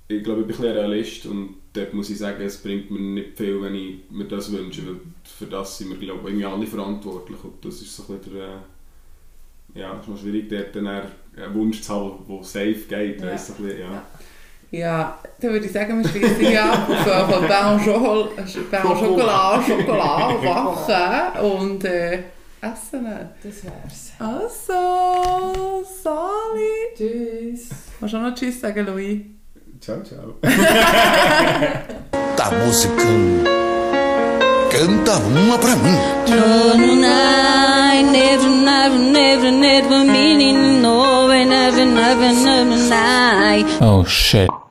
Speaker 6: ich glaube, ich bin ein bisschen Realist und dort muss ich sagen, es bringt mir nicht viel, wenn ich mir das wünsche, weil für das sind wir, glaube ich, irgendwie alle verantwortlich und das ist so ein bisschen der, äh, ja, es ist noch schwierig, dort dann eher einen Wunsch zu haben, der safe geht,
Speaker 5: Ja.
Speaker 6: weißt du, so ein bisschen, ja.
Speaker 4: Ja, dann würde ich sagen, wir schließen dich ab auf äh, von Braun Schokol- Braun Schokolade, Schokolade, wachen und äh, essen.
Speaker 5: Das wär's.
Speaker 4: Also, Sali.
Speaker 5: Tschüss.
Speaker 4: Kannst du auch noch Tschüss sagen, Louis?
Speaker 6: Ciao, ciao.
Speaker 1: Tá musicando. Canta uma pra mim.
Speaker 2: Don't I never, never, never, never meaning no, and never, never, never, I.
Speaker 3: Oh shit.